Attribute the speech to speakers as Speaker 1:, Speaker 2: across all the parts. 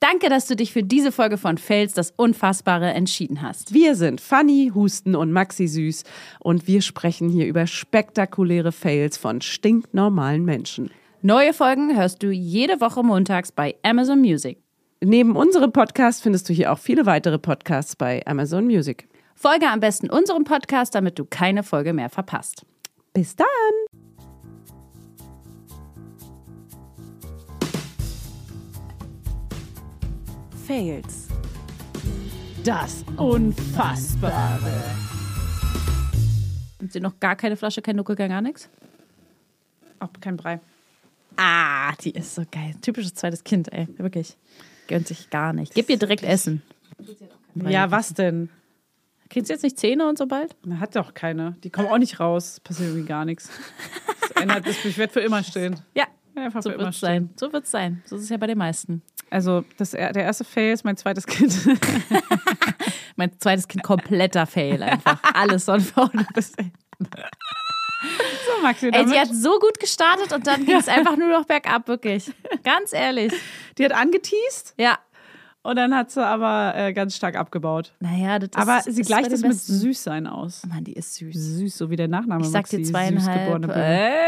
Speaker 1: Danke, dass du dich für diese Folge von Fels das Unfassbare entschieden hast.
Speaker 2: Wir sind Fanny, Husten und Maxi Süß und wir sprechen hier über spektakuläre Fails von stinknormalen Menschen.
Speaker 1: Neue Folgen hörst du jede Woche montags bei Amazon Music.
Speaker 2: Neben unserem Podcast findest du hier auch viele weitere Podcasts bei Amazon Music.
Speaker 1: Folge am besten unserem Podcast, damit du keine Folge mehr verpasst.
Speaker 2: Bis dann!
Speaker 1: Fails. Das Unfassbare. Habt ihr noch gar keine Flasche, kein Nuckelgang, gar nichts?
Speaker 3: Auch kein Brei.
Speaker 1: Ah, die ist so geil. Typisches zweites Kind, ey. Wirklich. Gönnt sich gar nicht. Gib ihr direkt Essen.
Speaker 3: Ja, was denn?
Speaker 1: Kriegst du jetzt nicht Zähne und so bald?
Speaker 3: Man hat doch keine. Die kommen auch nicht raus. Passiert irgendwie gar nichts. Das ändert das. Ich werde für immer stehen.
Speaker 1: Ja.
Speaker 3: Einfach
Speaker 1: So
Speaker 3: für immer
Speaker 1: wird's
Speaker 3: stehen.
Speaker 1: sein. So wird's sein. So ist es ja bei den meisten.
Speaker 3: Also das, er- der erste Fail ist mein zweites Kind.
Speaker 1: Mein zweites Kind kompletter Fail einfach. Alles von vorne bis
Speaker 3: So, Maxi,
Speaker 1: Ey,
Speaker 3: damit,
Speaker 1: die hat so gut gestartet und dann ging es einfach nur noch bergab, wirklich. Ganz ehrlich.
Speaker 3: die hat angeteased
Speaker 1: Ja.
Speaker 3: und dann hat sie aber äh, ganz stark abgebaut.
Speaker 1: Naja, das
Speaker 3: Aber
Speaker 1: ist,
Speaker 3: sie
Speaker 1: ist
Speaker 3: gleicht
Speaker 1: bei den
Speaker 3: es mit
Speaker 1: besten.
Speaker 3: Süßsein aus.
Speaker 1: Mann, die ist süß.
Speaker 3: Süß, so wie der Nachname
Speaker 1: Ich sag
Speaker 3: Maxi.
Speaker 1: dir
Speaker 3: Süß geborene
Speaker 1: zweieinhalb.
Speaker 3: Böhme.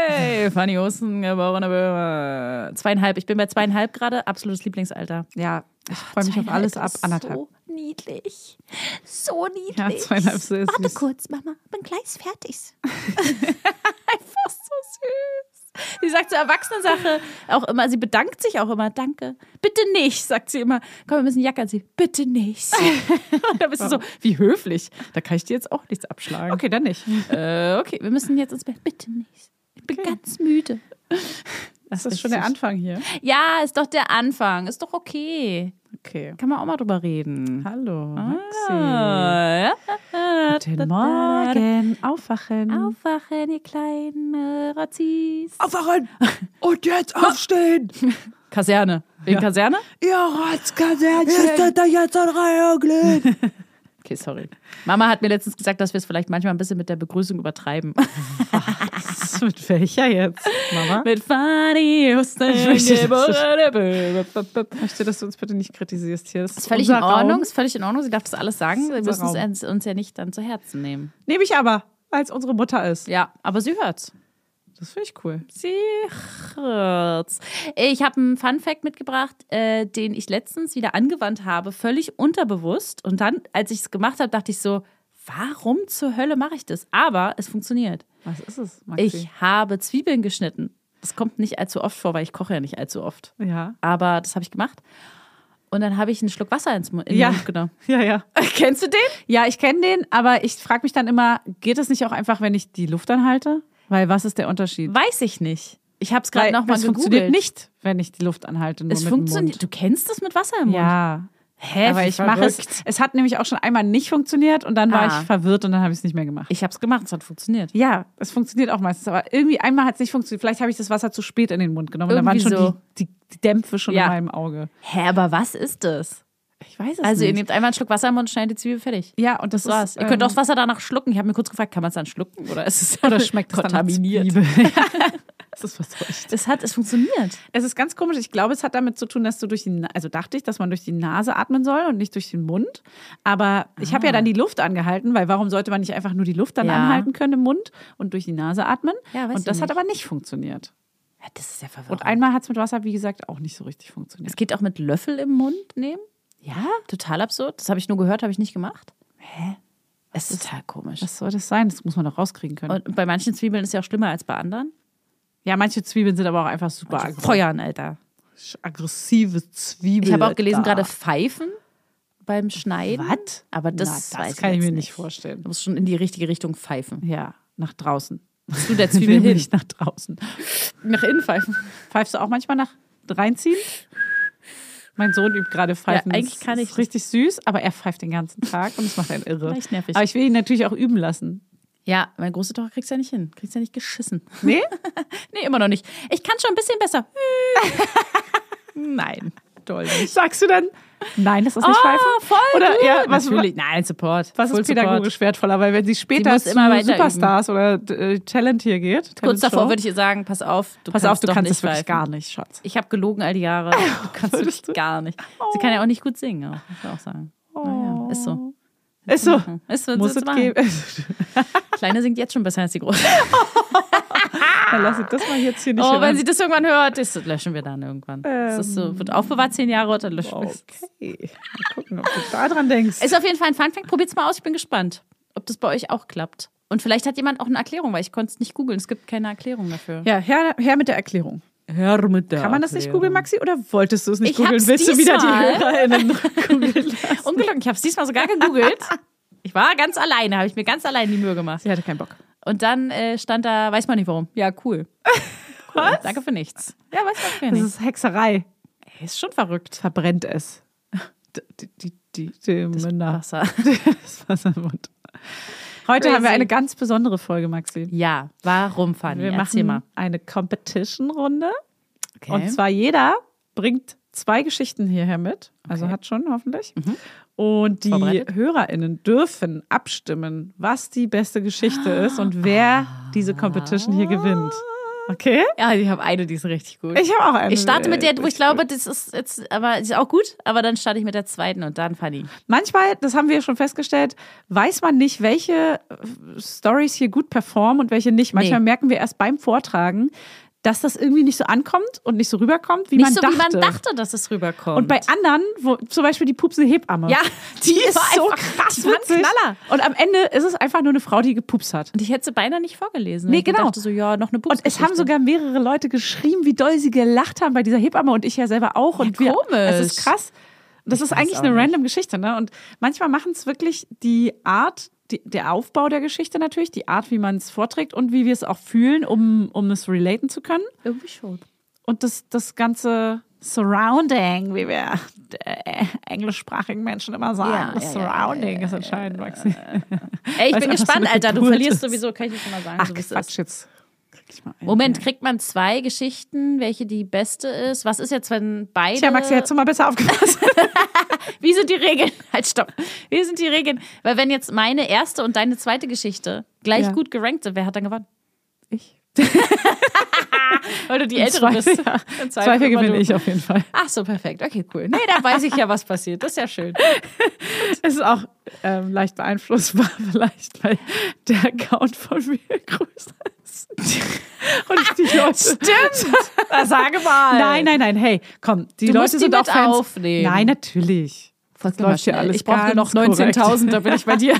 Speaker 1: Hey, Fanny Osten, geborene Böhme. Zweieinhalb. Ich bin bei zweieinhalb gerade. Absolutes Lieblingsalter.
Speaker 3: Ja, ich freue mich auf
Speaker 1: Ah, Zweieinhalb
Speaker 3: alles ab.
Speaker 1: ist
Speaker 3: Anderthalb.
Speaker 1: So niedlich. So niedlich.
Speaker 3: Ja, zweieinhalb so ist
Speaker 1: Warte
Speaker 3: süß.
Speaker 1: kurz, Mama. Bin gleich fertig. Einfach so süß. Sie sagt zur Erwachsenensache auch immer, sie bedankt sich auch immer, danke. Bitte nicht, sagt sie immer. Komm, wir müssen Jacke anziehen. Bitte nicht. Und da bist du so, wie höflich. Da kann ich dir jetzt auch nichts abschlagen.
Speaker 3: Also, Okay, dann nicht.
Speaker 1: Äh, okay, wir müssen jetzt ins Bett. Bitte nicht. Ich bin ganz müde.
Speaker 3: Das ist
Speaker 1: ist
Speaker 3: schon der
Speaker 1: süß.
Speaker 3: Anfang hier.
Speaker 1: Ja, ist doch der Anfang. Ist doch okay.
Speaker 3: Okay.
Speaker 1: Kann man auch mal drüber reden.
Speaker 3: Hallo, Maxi.
Speaker 1: Ah, ja.
Speaker 3: Guten Morgen. Aufwachen.
Speaker 1: Aufwachen, ihr kleinen äh, Razzis.
Speaker 2: Aufwachen! Und jetzt aufstehen!
Speaker 1: Kaserne. Wegen Kaserne?
Speaker 2: Ihr Rotzkasernchen! Ihr seid da jetzt an Reihe
Speaker 1: Okay, sorry. Mama hat mir letztens gesagt, dass wir es vielleicht manchmal ein bisschen mit der Begrüßung übertreiben.
Speaker 3: Mit welcher jetzt, Mama?
Speaker 1: mit Fanny Husten.
Speaker 3: Ich möchte das-
Speaker 1: geborene Böhme.
Speaker 3: Ich möchte, dass du uns bitte nicht kritisierst hier. Das
Speaker 1: Ist völlig in
Speaker 3: unser Raum.
Speaker 1: Ordnung, ist völlig in Ordnung. Sie darf das alles sagen. Wir
Speaker 3: unser
Speaker 1: müssen
Speaker 3: Raum.
Speaker 1: es uns ja nicht dann zu Herzen nehmen.
Speaker 3: Nehme ich aber, weil es unsere Mutter ist.
Speaker 1: Ja, aber sie hört's.
Speaker 3: Das finde ich cool.
Speaker 1: Sie hört's. Ich habe einen Fun Fact mitgebracht, äh, den ich letztens wieder angewandt habe, völlig unterbewusst. Und dann, als ich es gemacht habe, dachte ich so, warum zur Hölle mache ich das? Aber es funktioniert.
Speaker 3: Was ist es, Maxi?
Speaker 1: Ich habe Zwiebeln geschnitten. Das kommt nicht allzu oft vor, weil ich koche ja nicht allzu oft.
Speaker 3: Ja.
Speaker 1: Aber das habe ich gemacht. Und dann habe ich einen Schluck Wasser ins Mu- in
Speaker 3: Ja.
Speaker 1: den Mund genommen.
Speaker 3: Ja, ja.
Speaker 1: Kennst du den?
Speaker 3: Ja, ich kenne den, aber ich frage mich dann immer, geht es nicht auch einfach, wenn ich die Luft anhalte? Weil was ist der Unterschied?
Speaker 1: Weiß ich nicht. Ich habe es
Speaker 3: Weil
Speaker 1: gerade nochmal
Speaker 3: es funktioniert
Speaker 1: gegoogelt.
Speaker 3: nicht, wenn ich die Luft anhalte. Nur
Speaker 1: Es
Speaker 3: mit
Speaker 1: funktioniert.
Speaker 3: Dem
Speaker 1: Du kennst es mit Wasser im
Speaker 3: Mund.
Speaker 1: Mund.
Speaker 3: Ja.
Speaker 1: Hä,
Speaker 3: aber
Speaker 1: wie
Speaker 3: ich mache
Speaker 1: verrückt.
Speaker 3: es. Es hat nämlich auch schon einmal nicht funktioniert und dann war
Speaker 1: Ah.
Speaker 3: ich verwirrt und dann habe ich es nicht mehr gemacht.
Speaker 1: Ich habe es gemacht, es hat funktioniert.
Speaker 3: Ja, es funktioniert auch meistens, aber irgendwie einmal hat es nicht funktioniert. Vielleicht habe ich das Wasser zu spät in den Mund genommen
Speaker 1: Irgendwie
Speaker 3: und dann waren schon
Speaker 1: so.
Speaker 3: die, die, die Dämpfe schon
Speaker 1: Ja.
Speaker 3: in meinem Auge.
Speaker 1: Hä, aber was ist das?
Speaker 3: Ich weiß es
Speaker 1: Also ihr
Speaker 3: nicht.
Speaker 1: nehmt einmal einen Schluck Wasser im Mund, schneidet die Zwiebel fertig.
Speaker 3: ja, und das,
Speaker 1: Das war's.
Speaker 3: Ist,
Speaker 1: Ihr könnt auch
Speaker 3: ähm,
Speaker 1: das Wasser danach schlucken. Ich habe mir kurz gefragt, kann man es dann schlucken oder ist es
Speaker 3: oder schmeckt es dann nach
Speaker 1: kontaminiert?
Speaker 3: Zwiebel? das ist was Feuchtes.
Speaker 1: Es hat, es funktioniert.
Speaker 3: Es ist ganz komisch. Ich glaube, es hat damit zu tun, dass du durch die, Na- also dachte ich, dass man durch die Nase atmen soll und nicht durch den Mund. Aber ich habe ja dann die Luft angehalten, weil warum sollte man nicht einfach nur die Luft dann
Speaker 1: Ah. Ja.
Speaker 3: anhalten können im Mund und durch die Nase atmen?
Speaker 1: Ja, weiß ich
Speaker 3: und das hat
Speaker 1: nicht.
Speaker 3: aber nicht funktioniert.
Speaker 1: Ja, das ist ja verwirrend.
Speaker 3: Und einmal hat es mit Wasser, wie gesagt, auch nicht so richtig funktioniert.
Speaker 1: es geht auch mit Löffel im Mund nehmen.
Speaker 3: Ja?
Speaker 1: Total absurd. Das habe ich nur gehört, habe ich nicht gemacht. Hä? Es ist total komisch.
Speaker 3: Was soll das sein? Das muss man doch rauskriegen können.
Speaker 1: Und bei manchen Zwiebeln ist es ja auch schlimmer als bei anderen.
Speaker 3: ja, manche Zwiebeln sind aber auch einfach super
Speaker 1: Die
Speaker 3: ag
Speaker 1: Feuern, Alter.
Speaker 3: aggressive Zwiebeln.
Speaker 1: Ich habe auch gelesen,
Speaker 3: Alter.
Speaker 1: gerade Pfeifen beim Schneiden.
Speaker 3: Was?
Speaker 1: Aber das,
Speaker 3: Na,
Speaker 1: weiß
Speaker 3: kann ich
Speaker 1: jetzt
Speaker 3: mir nicht vorstellen.
Speaker 1: Du musst schon in die richtige Richtung pfeifen.
Speaker 3: Ja, nach draußen.
Speaker 1: Zu der Zwiebel
Speaker 3: Zwiebeln
Speaker 1: hin.
Speaker 3: nicht nach draußen.
Speaker 1: Nach innen pfeifen.
Speaker 3: Pfeifst du auch manchmal nach reinziehen? Mein Sohn übt gerade Pfeifen.
Speaker 1: Ja, eigentlich
Speaker 3: Das
Speaker 1: kann ich
Speaker 3: Ist richtig süß, aber er pfeift den ganzen Tag und das macht einen irre.
Speaker 1: Echt nervig.
Speaker 3: Aber ich will ihn natürlich auch üben lassen.
Speaker 1: Ja, meine große Tochter kriegt's ja nicht hin. Kriegt's ja nicht geschissen.
Speaker 3: Nee?
Speaker 1: Nee, immer noch nicht. Ich kann schon ein bisschen besser. Nein. Oh,
Speaker 3: Toll. Sagst du dann, Nein, das ist
Speaker 1: Ah,
Speaker 3: nicht Pfeifen.
Speaker 1: voll
Speaker 3: Oder ja, was,
Speaker 1: Natürlich, nein, Support.
Speaker 3: was
Speaker 1: Full
Speaker 3: ist pädagogisch wertvoller? Weil wenn sie später
Speaker 1: muss
Speaker 3: zu
Speaker 1: immer weiter
Speaker 3: Superstars oder äh, Talent hier geht,
Speaker 1: Support. Kurz
Speaker 3: Talent
Speaker 1: davor
Speaker 3: Show,
Speaker 1: würde ich ihr sagen, pass auf, du
Speaker 3: pass
Speaker 1: kannst
Speaker 3: auf, du
Speaker 1: doch
Speaker 3: kannst
Speaker 1: nicht
Speaker 3: es wirklich
Speaker 1: pfeifen.
Speaker 3: gar nicht, Schatz.
Speaker 1: Ich habe gelogen all die Jahre. Du kannst
Speaker 3: Solltest
Speaker 1: wirklich
Speaker 3: du? Oh.
Speaker 1: gar nicht. Sie kann ja auch nicht gut singen, auch, muss man auch sagen. Naja, ist so.
Speaker 3: Ist so.
Speaker 1: Ist so.
Speaker 3: Muss
Speaker 1: so zu
Speaker 3: es
Speaker 1: machen.
Speaker 3: geben.
Speaker 1: Kleine singt jetzt schon besser als die Große.
Speaker 3: Dann lass ich das mal jetzt hier nicht
Speaker 1: Oh,
Speaker 3: hören.
Speaker 1: wenn sie das irgendwann hört, das löschen wir dann irgendwann. Das ist so, wird aufbewahrt zehn Jahre und dann löschen wir es.
Speaker 3: Okay. Mal gucken, ob du da dran denkst.
Speaker 1: Ist auf jeden Fall ein Funfact. Probiert's mal aus. Ich bin gespannt, ob das bei euch auch klappt. Und vielleicht hat jemand auch eine Erklärung, weil ich konnte es nicht googeln. Es gibt keine Erklärung dafür.
Speaker 3: Ja, her, her mit der Erklärung.
Speaker 1: Hör mit der
Speaker 3: Kann man das nicht googeln, Maxi? Oder wolltest du es nicht
Speaker 1: Ich
Speaker 3: googeln?
Speaker 1: hab's
Speaker 3: Willst du wieder die
Speaker 1: diesmal.
Speaker 3: HörerInnen googeln lassen?
Speaker 1: Ungelungen. Ich habe es diesmal sogar gegoogelt. Ich war ganz alleine, habe ich mir ganz allein die Mühe gemacht.
Speaker 3: Sie hatte keinen Bock.
Speaker 1: Und dann äh, stand da, weiß man nicht warum. Ja, cool. cool. Danke für nichts. Ja, weiß man für
Speaker 3: Das
Speaker 1: nichts.
Speaker 3: ist Hexerei.
Speaker 1: Ey, Ist schon verrückt.
Speaker 3: Verbrennt es. Die, die, die, die das Münder.
Speaker 1: Wasser.
Speaker 3: Das Wasser im Mund. Heute haben wir
Speaker 1: Crazy.
Speaker 3: eine ganz besondere Folge, Maxi.
Speaker 1: Ja, warum, Fanny?
Speaker 3: Wir
Speaker 1: Erzähl
Speaker 3: machen
Speaker 1: mal.
Speaker 3: eine Competition-Runde.
Speaker 1: Okay.
Speaker 3: Und zwar jeder bringt zwei Geschichten hierher mit. Also
Speaker 1: Okay. Mhm.
Speaker 3: hat schon hoffentlich. Und die
Speaker 1: Vorbereitet?
Speaker 3: HörerInnen dürfen abstimmen, was die beste Geschichte ist und wer
Speaker 1: Ah.
Speaker 3: diese Competition hier gewinnt. Okay?
Speaker 1: ja, ich habe eine, die ist richtig gut.
Speaker 3: Ich habe auch eine.
Speaker 1: Ich starte mit der, wo ich glaube, das ist jetzt, aber die ist auch gut, aber dann starte ich mit der zweiten und dann Fanny.
Speaker 3: Manchmal, das haben wir schon festgestellt, weiß man nicht, welche äh, Stories hier gut performen und welche nicht. Manchmal
Speaker 1: Nee.
Speaker 3: merken wir erst beim Vortragen, dass das irgendwie nicht so ankommt und nicht so rüberkommt, wie,
Speaker 1: Nicht
Speaker 3: man,
Speaker 1: so,
Speaker 3: dachte.
Speaker 1: wie man dachte, dass es rüberkommt.
Speaker 3: Und bei anderen, wo, zum Beispiel die Pupse Hebamme.
Speaker 1: ja,
Speaker 3: Die, ist
Speaker 1: war
Speaker 3: so
Speaker 1: einfach-
Speaker 3: krass
Speaker 1: die war ein
Speaker 3: witzig.
Speaker 1: Knaller.
Speaker 3: Und am Ende ist es einfach nur eine Frau, die gepupst hat.
Speaker 1: Und ich hätte sie beinahe nicht vorgelesen.
Speaker 3: Nee,
Speaker 1: ich
Speaker 3: genau.
Speaker 1: dachte so, ja, noch eine
Speaker 3: Und es haben sogar mehrere Leute geschrieben, wie doll sie gelacht haben bei dieser Hebamme und ich ja selber auch. Und wir,
Speaker 1: komisch.
Speaker 3: Es ist krass. Das ist
Speaker 1: weiß
Speaker 3: eigentlich
Speaker 1: auch
Speaker 3: eine
Speaker 1: nicht.
Speaker 3: random Geschichte, ne? Und manchmal machen es wirklich die Art, die, der Aufbau der Geschichte natürlich, die Art, wie man es vorträgt und wie wir es auch fühlen, um, um es relaten zu können.
Speaker 1: Irgendwie schon.
Speaker 3: Und das, das ganze Surrounding, wie wir äh, englischsprachigen Menschen immer sagen,
Speaker 1: Ja,
Speaker 3: das
Speaker 1: ja, ja,
Speaker 3: Surrounding ist entscheidend, Maxi.
Speaker 1: Ey, ich
Speaker 3: Weiß
Speaker 1: bin
Speaker 3: auch, dass
Speaker 1: gespannt,
Speaker 3: du
Speaker 1: Alter. Du
Speaker 3: gebrüllt
Speaker 1: verlierst
Speaker 3: hast.
Speaker 1: sowieso, kann ich dir schon mal sagen.
Speaker 3: Ach,
Speaker 1: so wie es ist.
Speaker 3: Quatsch, jetzt. Krieg ich mal einen.
Speaker 1: Moment, kriegt man zwei Geschichten, welche die beste ist? Was ist jetzt, wenn beide.
Speaker 3: Tja, Maxi, hättest du mal besser aufgepasst.
Speaker 1: Wie sind die Regeln? Halt, stopp. Wie sind die Regeln? Weil, wenn jetzt meine erste und deine zweite Geschichte gleich
Speaker 3: Ja.
Speaker 1: gut gerankt sind, wer hat dann gewonnen?
Speaker 3: Ich.
Speaker 1: Weil du die Ältere bist.
Speaker 3: Zweifel, ja.
Speaker 1: Im
Speaker 3: Zweifel
Speaker 1: immer
Speaker 3: gewinne
Speaker 1: du.
Speaker 3: ich auf jeden Fall.
Speaker 1: Ach so, perfekt. Okay, cool. Nee, da weiß ich ja, was passiert. Das ist ja schön.
Speaker 3: Es ist auch ähm, leicht beeinflussbar, vielleicht, weil der Account von mir größer ist. Und ich die Leute.
Speaker 1: Stimmt. sage mal.
Speaker 3: Nein, nein, nein, hey, komm, die
Speaker 1: Du
Speaker 3: Leute
Speaker 1: musst die
Speaker 3: sind auch
Speaker 1: mit
Speaker 3: Fans.
Speaker 1: aufnehmen.
Speaker 3: Nein, natürlich.
Speaker 1: Folgt
Speaker 3: läuft hier alles
Speaker 1: Ich brauche nur noch
Speaker 3: ganz korrekt.
Speaker 1: 19.000, da bin ich bei dir.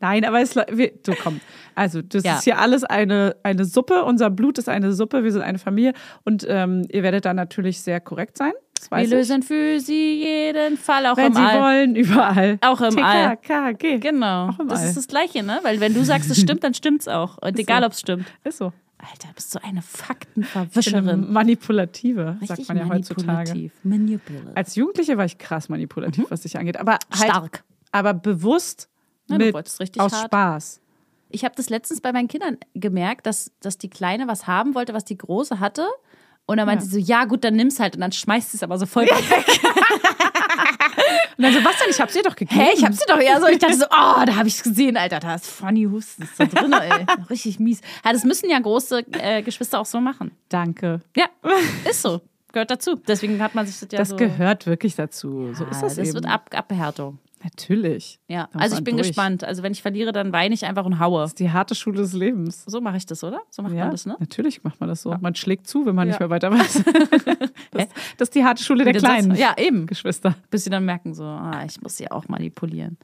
Speaker 3: Nein, aber es läu- wir, du komm. Also, das
Speaker 1: Ja.
Speaker 3: ist hier alles eine, eine Suppe. Unser Blut ist eine Suppe. Wir sind eine Familie. Und ähm, ihr werdet da natürlich sehr korrekt sein. Das weiß
Speaker 1: Wir
Speaker 3: ich.
Speaker 1: lösen für Sie jeden Fall, auch
Speaker 3: Wenn
Speaker 1: im
Speaker 3: Sie
Speaker 1: All.
Speaker 3: wollen, überall.
Speaker 1: Auch im All.
Speaker 3: TKKG.
Speaker 1: Genau.
Speaker 3: Auch im
Speaker 1: Das
Speaker 3: All.
Speaker 1: ist das Gleiche, ne? Weil wenn du sagst, es stimmt, dann stimmt's auch. Und egal, ob's stimmt.
Speaker 3: Ist so.
Speaker 1: Alter, bist du eine
Speaker 3: Eine
Speaker 1: Faktenverwischerin.
Speaker 3: manipulative,
Speaker 1: Richtig
Speaker 3: sagt man ja heutzutage.
Speaker 1: manipulativ. Manipulative.
Speaker 3: Als Jugendliche war ich krass manipulativ, was dich angeht. Aber halt,
Speaker 1: Stark.
Speaker 3: Aber bewusst
Speaker 1: Na, du
Speaker 3: mit,
Speaker 1: wolltest richtig
Speaker 3: aus
Speaker 1: hart.
Speaker 3: Spaß.
Speaker 1: Ich habe das letztens bei meinen Kindern gemerkt, dass, dass die Kleine was haben wollte, was die Große hatte. Und dann meinte sie so, ja gut, dann nimm's halt. Und dann schmeißt sie es aber so voll weg.
Speaker 3: Und dann so, was denn? Ich hab's dir doch gegeben.
Speaker 1: Hä, ich hab's dir doch eher so. Ich dachte so, oh, da habe ich's gesehen, Alter. Da ist Funny Hustens da drin, ey. Richtig mies. Ja, das müssen ja große äh, Geschwister auch so machen.
Speaker 3: Danke.
Speaker 1: Ja, ist so. Gehört dazu. Deswegen hat man sich das ja
Speaker 3: Das
Speaker 1: so...
Speaker 3: gehört wirklich dazu. So ist
Speaker 1: Ah,
Speaker 3: das,
Speaker 1: das
Speaker 3: eben.
Speaker 1: wird Ab Abhärtung.
Speaker 3: Natürlich.
Speaker 1: Ja,
Speaker 3: Da muss
Speaker 1: also ich
Speaker 3: man
Speaker 1: bin
Speaker 3: durch.
Speaker 1: gespannt. Also wenn ich verliere, dann weine ich einfach und haue.
Speaker 3: Das ist die harte Schule des Lebens.
Speaker 1: So mache ich das, oder? So macht
Speaker 3: Ja,
Speaker 1: man das, ne?
Speaker 3: natürlich macht man das so. Man schlägt zu, wenn man nicht
Speaker 1: Ja.
Speaker 3: mehr weiter weiß. das, das ist die harte Schule der
Speaker 1: Den Satz-
Speaker 3: Kleinen.
Speaker 1: Ja, eben.
Speaker 3: Geschwister.
Speaker 1: Bis sie dann merken so, ah, ich muss sie auch manipulieren.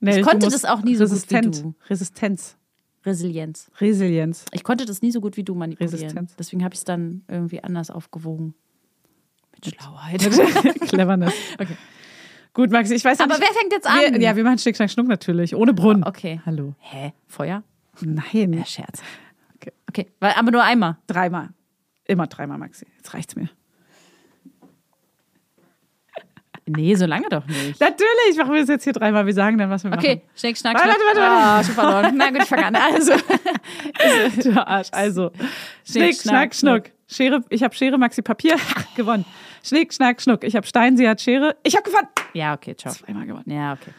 Speaker 3: Nee,
Speaker 1: Ich
Speaker 3: du
Speaker 1: konnte
Speaker 3: musst
Speaker 1: das auch nie so gut wie
Speaker 3: resistent.
Speaker 1: du.
Speaker 3: Resistenz.
Speaker 1: Resilienz.
Speaker 3: Resilienz.
Speaker 1: Ich konnte das nie so gut wie du manipulieren.
Speaker 3: Resistenz.
Speaker 1: Deswegen habe ich es dann irgendwie anders aufgewogen. Mit Schlauheit.
Speaker 3: Cleverness. Okay. Gut, Maxi, ich weiß ja
Speaker 1: Aber
Speaker 3: nicht.
Speaker 1: wer fängt jetzt an?
Speaker 3: Wir, ja, wir machen Schnick, Schnack, Schnuck natürlich. Ohne Brunnen.
Speaker 1: Okay.
Speaker 3: Hallo.
Speaker 1: Hä? Feuer?
Speaker 3: Nein.
Speaker 1: Ja, Scherz.
Speaker 3: Okay.
Speaker 1: Okay, weil, aber nur einmal.
Speaker 3: Dreimal. Immer dreimal, Maxi. Jetzt reicht's mir.
Speaker 1: Nee, so lange doch nicht.
Speaker 3: Natürlich machen wir es jetzt hier dreimal. Wir sagen dann, was wir
Speaker 1: Okay, schnick, schnack,
Speaker 3: Warte,
Speaker 1: schnack.
Speaker 3: warte, warte, warte.
Speaker 1: Ah, schon verloren. Na gut, ich fange an. Also,
Speaker 3: machen. Du Arsch. Also, Schnick, Schnack, Schnuck. Schere, ich habe Schere, Maxi, Papier. Gewonnen. Schnick, schnack, schnuck. Ich habe Stein, sie hat Schere. Ich habe gewonnen.
Speaker 1: Ja, okay, ciao.
Speaker 3: Zweimal gewonnen.
Speaker 1: Ja, okay.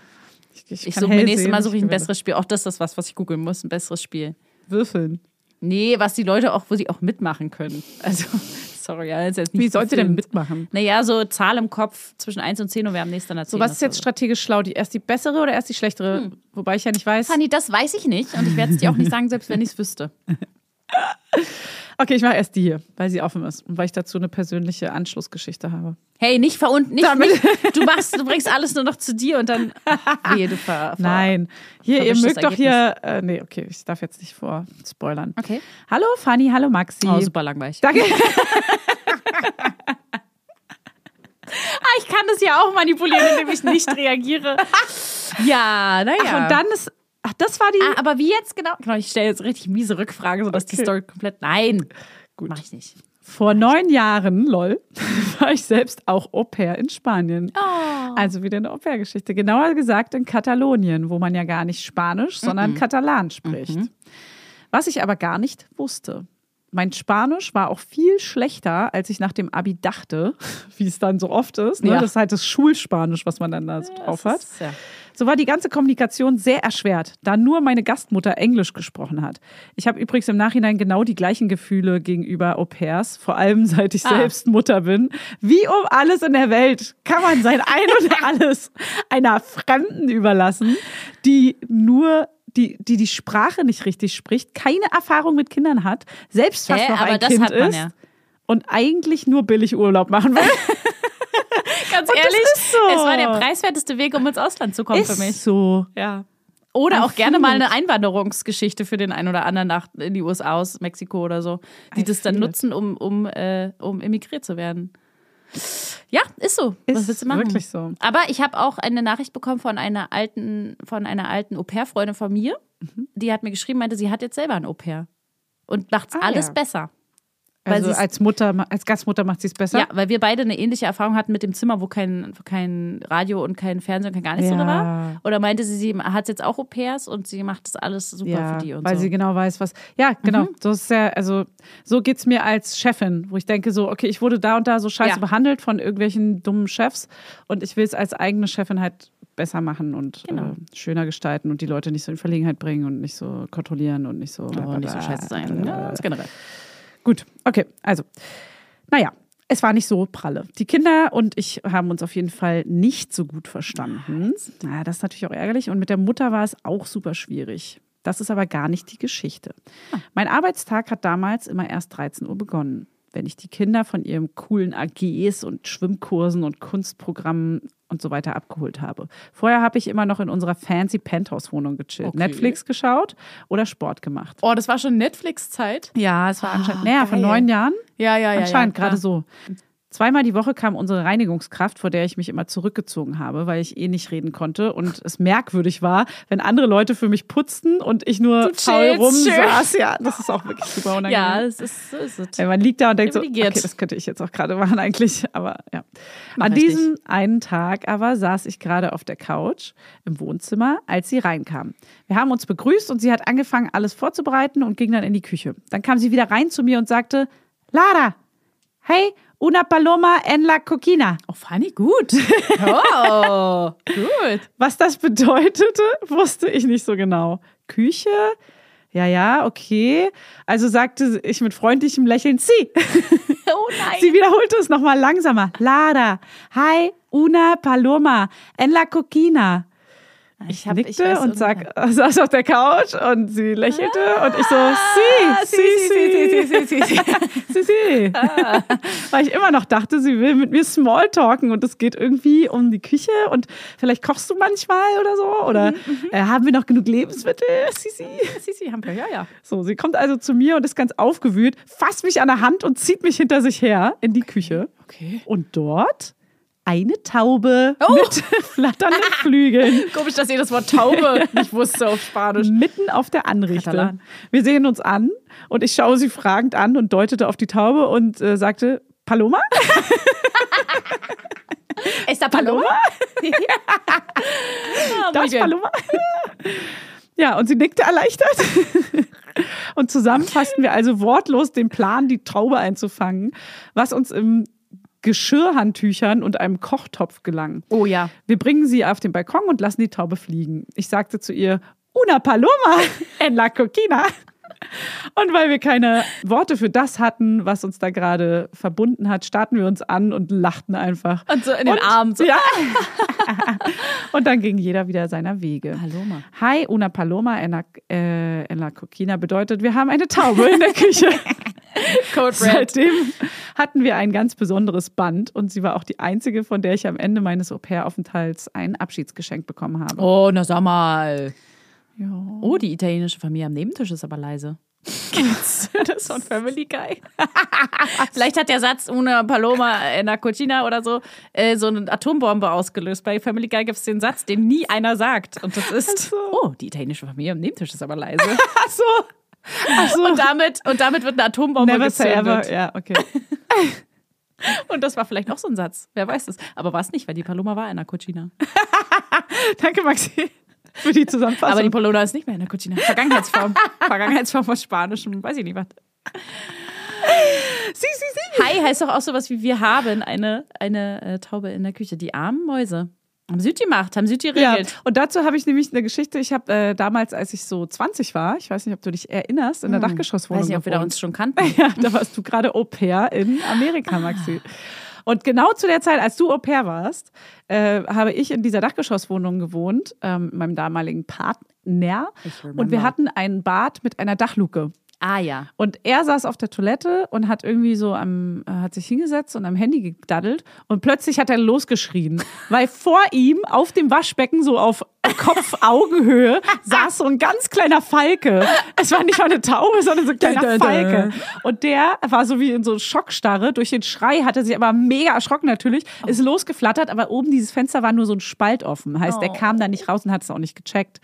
Speaker 1: Ich
Speaker 3: kann
Speaker 1: suche mir
Speaker 3: hell
Speaker 1: nächstes
Speaker 3: sehen,
Speaker 1: Mal suche ich ein
Speaker 3: gewinne.
Speaker 1: besseres Spiel. Auch das ist was, was ich googeln muss. Ein besseres Spiel.
Speaker 3: Würfeln.
Speaker 1: Nee, was die Leute auch, wo sie auch mitmachen können. Also, sorry, ja, ist jetzt nicht
Speaker 3: Wie sollt ihr denn
Speaker 1: gefilmt.
Speaker 3: mitmachen?
Speaker 1: Naja, so Zahl im Kopf zwischen 1 und 10 und wir haben nächste Nation.
Speaker 3: So, was ist jetzt strategisch schlau? Die, erst die bessere oder erst die schlechtere?
Speaker 1: Hm.
Speaker 3: Wobei ich ja nicht weiß.
Speaker 1: Fanny, das weiß ich nicht und ich werde es dir auch nicht sagen, selbst wenn ich es wüsste.
Speaker 3: Okay, ich mache erst die hier, weil sie offen ist und weil ich dazu eine persönliche Anschlussgeschichte habe.
Speaker 1: Hey, nicht verunten, nicht,
Speaker 3: Damit-
Speaker 1: nicht. Du machst, du bringst alles nur noch zu dir und dann. Ach, wehe, du ver, ver
Speaker 3: Nein. Hier, ihr
Speaker 1: verwischtes
Speaker 3: mögt doch
Speaker 1: Ergebnis.
Speaker 3: hier. Äh, nee, okay, ich darf jetzt nicht vor spoilern.
Speaker 1: Okay.
Speaker 3: Hallo Fanny, hallo Maxi.
Speaker 1: Oh, super langweilig.
Speaker 3: Danke.
Speaker 1: Ah, ich kann das ja auch manipulieren, indem ich nicht reagiere. Ja, naja.
Speaker 3: Ach, und dann ist. Ach, das war die.
Speaker 1: Ah, aber wie jetzt genau? Genau, ich stelle jetzt richtig miese Rückfrage, sodass die
Speaker 3: Okay.
Speaker 1: Story komplett. Nein, mach ich nicht.
Speaker 3: Vor neun Jahren, lol, war ich selbst auch Au pair in Spanien.
Speaker 1: Ah.
Speaker 3: Also wieder eine Au pair Geschichte. Genauer gesagt in Katalonien, wo man ja gar nicht Spanisch,
Speaker 1: Mhm.
Speaker 3: sondern Katalan spricht. Was ich aber gar nicht wusste. Mein Spanisch war auch viel schlechter, als ich nach dem Abi dachte, wie es dann so oft ist. Ne?
Speaker 1: Ja.
Speaker 3: Das ist halt das Schulspanisch, was man dann da so drauf hat.
Speaker 1: ist- ja.
Speaker 3: So war die ganze Kommunikation sehr erschwert, da nur meine Gastmutter Englisch gesprochen hat. Ich habe übrigens im Nachhinein genau die gleichen Gefühle gegenüber Au pairs, vor allem seit ich
Speaker 1: Ah.
Speaker 3: selbst Mutter bin. Wie um alles in der Welt kann man sein Ein und Alles einer Fremden überlassen, die nur. Die, die die Sprache nicht richtig spricht, keine Erfahrung mit Kindern hat, selbst fast
Speaker 1: Hä,
Speaker 3: noch
Speaker 1: aber
Speaker 3: ein
Speaker 1: das
Speaker 3: Kind
Speaker 1: hat man
Speaker 3: ist
Speaker 1: ja.
Speaker 3: und eigentlich nur billig Urlaub machen will.
Speaker 1: Ganz
Speaker 3: das
Speaker 1: ehrlich,
Speaker 3: ist so.
Speaker 1: es war der preiswerteste Weg, um ins Ausland zu kommen für mich.
Speaker 3: so.
Speaker 1: Ja. Oder
Speaker 3: I
Speaker 1: auch gerne
Speaker 3: feel
Speaker 1: mal
Speaker 3: it.
Speaker 1: eine Einwanderungsgeschichte für den einen oder anderen nach in die USA aus Mexiko oder so, die
Speaker 3: I
Speaker 1: das dann
Speaker 3: feel it.
Speaker 1: nutzen, um, um, äh, um emigriert zu werden. Ja, ist so. Was
Speaker 3: Ist
Speaker 1: willst du machen?
Speaker 3: wirklich so.
Speaker 1: Aber ich habe auch eine Nachricht bekommen von einer alten, von einer alten Au-pair-Freundin von mir. Die hat mir geschrieben, meinte, sie hat jetzt selber ein Au-pair und macht's
Speaker 3: Ah,
Speaker 1: alles
Speaker 3: ja.
Speaker 1: besser. Weil
Speaker 3: Also
Speaker 1: sie's-
Speaker 3: als Mutter, ma- als Gastmutter macht sie es besser.
Speaker 1: Ja, weil wir beide eine ähnliche Erfahrung hatten mit dem Zimmer, wo kein, wo kein Radio und kein Fernsehen und kein gar nichts
Speaker 3: Ja.
Speaker 1: drin war. Oder meinte sie, sie hat jetzt auch Au-pairs und sie macht das alles super
Speaker 3: Ja,
Speaker 1: für die und
Speaker 3: weil
Speaker 1: so. Oh, Mhm.
Speaker 3: sie genau weiß, was. Ja, genau. So ist ja, also so geht's mir als Chefin, wo ich denke so, okay, ich wurde da und da so scheiße
Speaker 1: Ja.
Speaker 3: behandelt von irgendwelchen dummen Chefs und ich will es als eigene Chefin halt besser machen und
Speaker 1: Genau.
Speaker 3: äh, schöner gestalten und die Leute nicht so in Verlegenheit bringen und nicht so kontrollieren und nicht so.
Speaker 1: Aber Oh, nicht so scheiße sein. ne? Ja, ganz generell.
Speaker 3: Gut, okay, also. Naja, es war nicht so pralle. Die Kinder und ich haben uns auf jeden Fall nicht so gut verstanden. Na, das ist natürlich auch ärgerlich. Und mit der Mutter war es auch super schwierig. Das ist aber gar nicht die Geschichte.
Speaker 1: Ah.
Speaker 3: Mein Arbeitstag hat damals immer erst 13 Uhr begonnen. Wenn ich die Kinder von ihrem coolen AGs und Schwimmkursen und Kunstprogrammen und so weiter abgeholt habe. Vorher habe ich immer noch in unserer fancy Penthouse-Wohnung gechillt,
Speaker 1: Okay.
Speaker 3: Netflix geschaut oder Sport gemacht.
Speaker 1: Oh, das war schon Netflix-Zeit?
Speaker 3: Ja, es war anscheinend.
Speaker 1: Ah,
Speaker 3: Naja, vor
Speaker 1: geil.
Speaker 3: neun Jahren
Speaker 1: Ja, ja, ja.
Speaker 3: Anscheinend
Speaker 1: ja,
Speaker 3: gerade
Speaker 1: klar.
Speaker 3: so. Zweimal die Woche kam unsere Reinigungskraft, vor der ich mich immer zurückgezogen habe, weil ich eh nicht reden konnte und es merkwürdig war, wenn andere Leute für mich putzten und ich nur
Speaker 1: Du
Speaker 3: faul
Speaker 1: chillst, schön.
Speaker 3: rumsaß. Ja, das ist auch wirklich super
Speaker 1: Ja,
Speaker 3: unangenehm.
Speaker 1: das ist, so ist es.
Speaker 3: Wenn man liegt da und denkt so, okay,
Speaker 1: Privilegiert.
Speaker 3: das könnte ich jetzt auch gerade machen eigentlich, aber ja.
Speaker 1: Mach
Speaker 3: An
Speaker 1: ich
Speaker 3: diesem einen Tag aber saß ich gerade auf der Couch im Wohnzimmer, als sie reinkam. Wir haben uns begrüßt und sie hat angefangen, alles vorzubereiten und ging dann in die Küche. Dann kam sie wieder rein zu mir und sagte, Lara, hey, una paloma en la coquina.
Speaker 1: Oh, Fanny, gut. Oh, gut.
Speaker 3: Was das bedeutete, wusste ich nicht so genau. Küche? Ja, ja, okay. Also sagte ich mit freundlichem Lächeln, sie.
Speaker 1: Oh nein.
Speaker 3: Sie wiederholte es nochmal langsamer. Lara, hi, una paloma, en la coquina.
Speaker 1: ich
Speaker 3: Nickte und
Speaker 1: sage
Speaker 3: sag, saß auf der Couch und sie lächelte und ich so, Ah,
Speaker 1: Ah,
Speaker 3: sie, sie, sie, sie, sie, Ah. sie. Weil ich immer noch dachte, sie will mit mir Smalltalken und es geht irgendwie um die Küche und vielleicht kochst du manchmal oder so oder äh, haben wir noch genug Lebensmittel, sie, sie.
Speaker 1: ja, ja.
Speaker 3: So, sie kommt also zu mir und ist ganz aufgewühlt, fasst mich an der Hand und zieht mich hinter sich her in die Küche.
Speaker 1: Okay.
Speaker 3: Und dort eine Taube mit flatternden Flügeln.
Speaker 1: Komisch, dass ihr das Wort Taube nicht wusste auf Spanisch.
Speaker 3: Mitten auf der Anrichte.
Speaker 1: Katalan.
Speaker 3: Wir sehen uns an und ich schaue sie fragend an und deutete auf die Taube und äh, sagte, Paloma?
Speaker 1: Ist da Paloma? Ah,
Speaker 3: Das
Speaker 1: muy bien.
Speaker 3: Paloma? Ja, und sie nickte erleichtert. Und zusammen fassten wir also wortlos den Plan, die Taube einzufangen, was uns im Geschirrhandtüchern und einem Kochtopf gelangen.
Speaker 1: Oh ja.
Speaker 3: Wir bringen sie auf den Balkon und lassen die Taube fliegen. Ich sagte zu ihr, Una Paloma en la Coquina. Und weil wir keine Worte für das hatten, was uns da gerade verbunden hat, starten wir uns an und lachten einfach.
Speaker 1: Und so in den
Speaker 3: Und-
Speaker 1: Armen. So.
Speaker 3: Ja. und dann ging jeder wieder seiner Wege.
Speaker 1: Paloma.
Speaker 3: Hi, una Paloma en la, äh, en la Coquina bedeutet, wir haben eine Taube in der Küche.
Speaker 1: Code Red.
Speaker 3: Seitdem hatten wir ein ganz besonderes Band und sie war auch die einzige, von der ich am Ende meines Au-pair-Aufenthalts ein Abschiedsgeschenk bekommen habe.
Speaker 1: Oh, na sag mal.
Speaker 3: Ja.
Speaker 1: Oh, die italienische Familie am Nebentisch ist aber leise. das ist von Family Guy. Vielleicht hat der Satz ohne Paloma in der Cucina oder so äh, so eine Atombombe ausgelöst. Bei Family Guy gibt es den Satz, den nie einer sagt. Und das ist, oh, die italienische Familie am Nebentisch ist aber leise.
Speaker 3: Ach so. Ach so.
Speaker 1: und, damit, und damit wird eine Atombombe
Speaker 3: Never say
Speaker 1: gezündet.
Speaker 3: ever. Ja, okay.
Speaker 1: Und das war vielleicht auch so ein Satz. Wer weiß es. Aber war es nicht, weil die Paloma war in der Cucina.
Speaker 3: Danke, Maxi, für die Zusammenfassung.
Speaker 1: Aber die Polona ist nicht mehr in der Cucina. Vergangenheitsform. Vergangenheitsform aus Spanischem, weiß ich nicht was.
Speaker 3: sie, sie, sie.
Speaker 1: Hi heißt doch auch sowas wie wir haben eine, eine äh, Taube in der Küche. Die armen Mäuse. Haben Süd gemacht, haben Süd
Speaker 3: Ja,
Speaker 1: geregelt.
Speaker 3: und dazu habe ich nämlich eine Geschichte. Ich habe äh, damals, als ich so 20 war, ich weiß nicht, ob du dich erinnerst, in der
Speaker 1: Hm,
Speaker 3: Dachgeschosswohnung
Speaker 1: Weiß nicht, ob wir da
Speaker 3: gewohnt.
Speaker 1: uns schon kannten.
Speaker 3: Ja, da warst du gerade Au pair in Amerika, Maxi.
Speaker 1: Ah.
Speaker 3: Und genau zu der Zeit, als du Au pair warst, äh, habe ich in dieser Dachgeschosswohnung gewohnt, ähm, mit meinem damaligen Partner.
Speaker 1: Ich remember.
Speaker 3: Und wir hatten ein Bad mit einer Dachluke.
Speaker 1: Ah ja.
Speaker 3: Und er saß auf der Toilette und hat irgendwie so am, äh, hat sich hingesetzt und am Handy gedaddelt und plötzlich hat er losgeschrien, weil vor ihm auf dem Waschbecken so auf Kopf-Augenhöhe saß so ein ganz kleiner Falke. Es war nicht mal eine Taube, sondern so ein kleiner Falke. Und der war so wie in so Schockstarre. Durch den Schrei hat er sich aber mega erschrocken natürlich,
Speaker 1: Oh.
Speaker 3: ist losgeflattert, aber oben dieses Fenster war nur so ein Spalt offen. Heißt, er
Speaker 1: Oh.
Speaker 3: kam da nicht raus und hat es auch nicht gecheckt.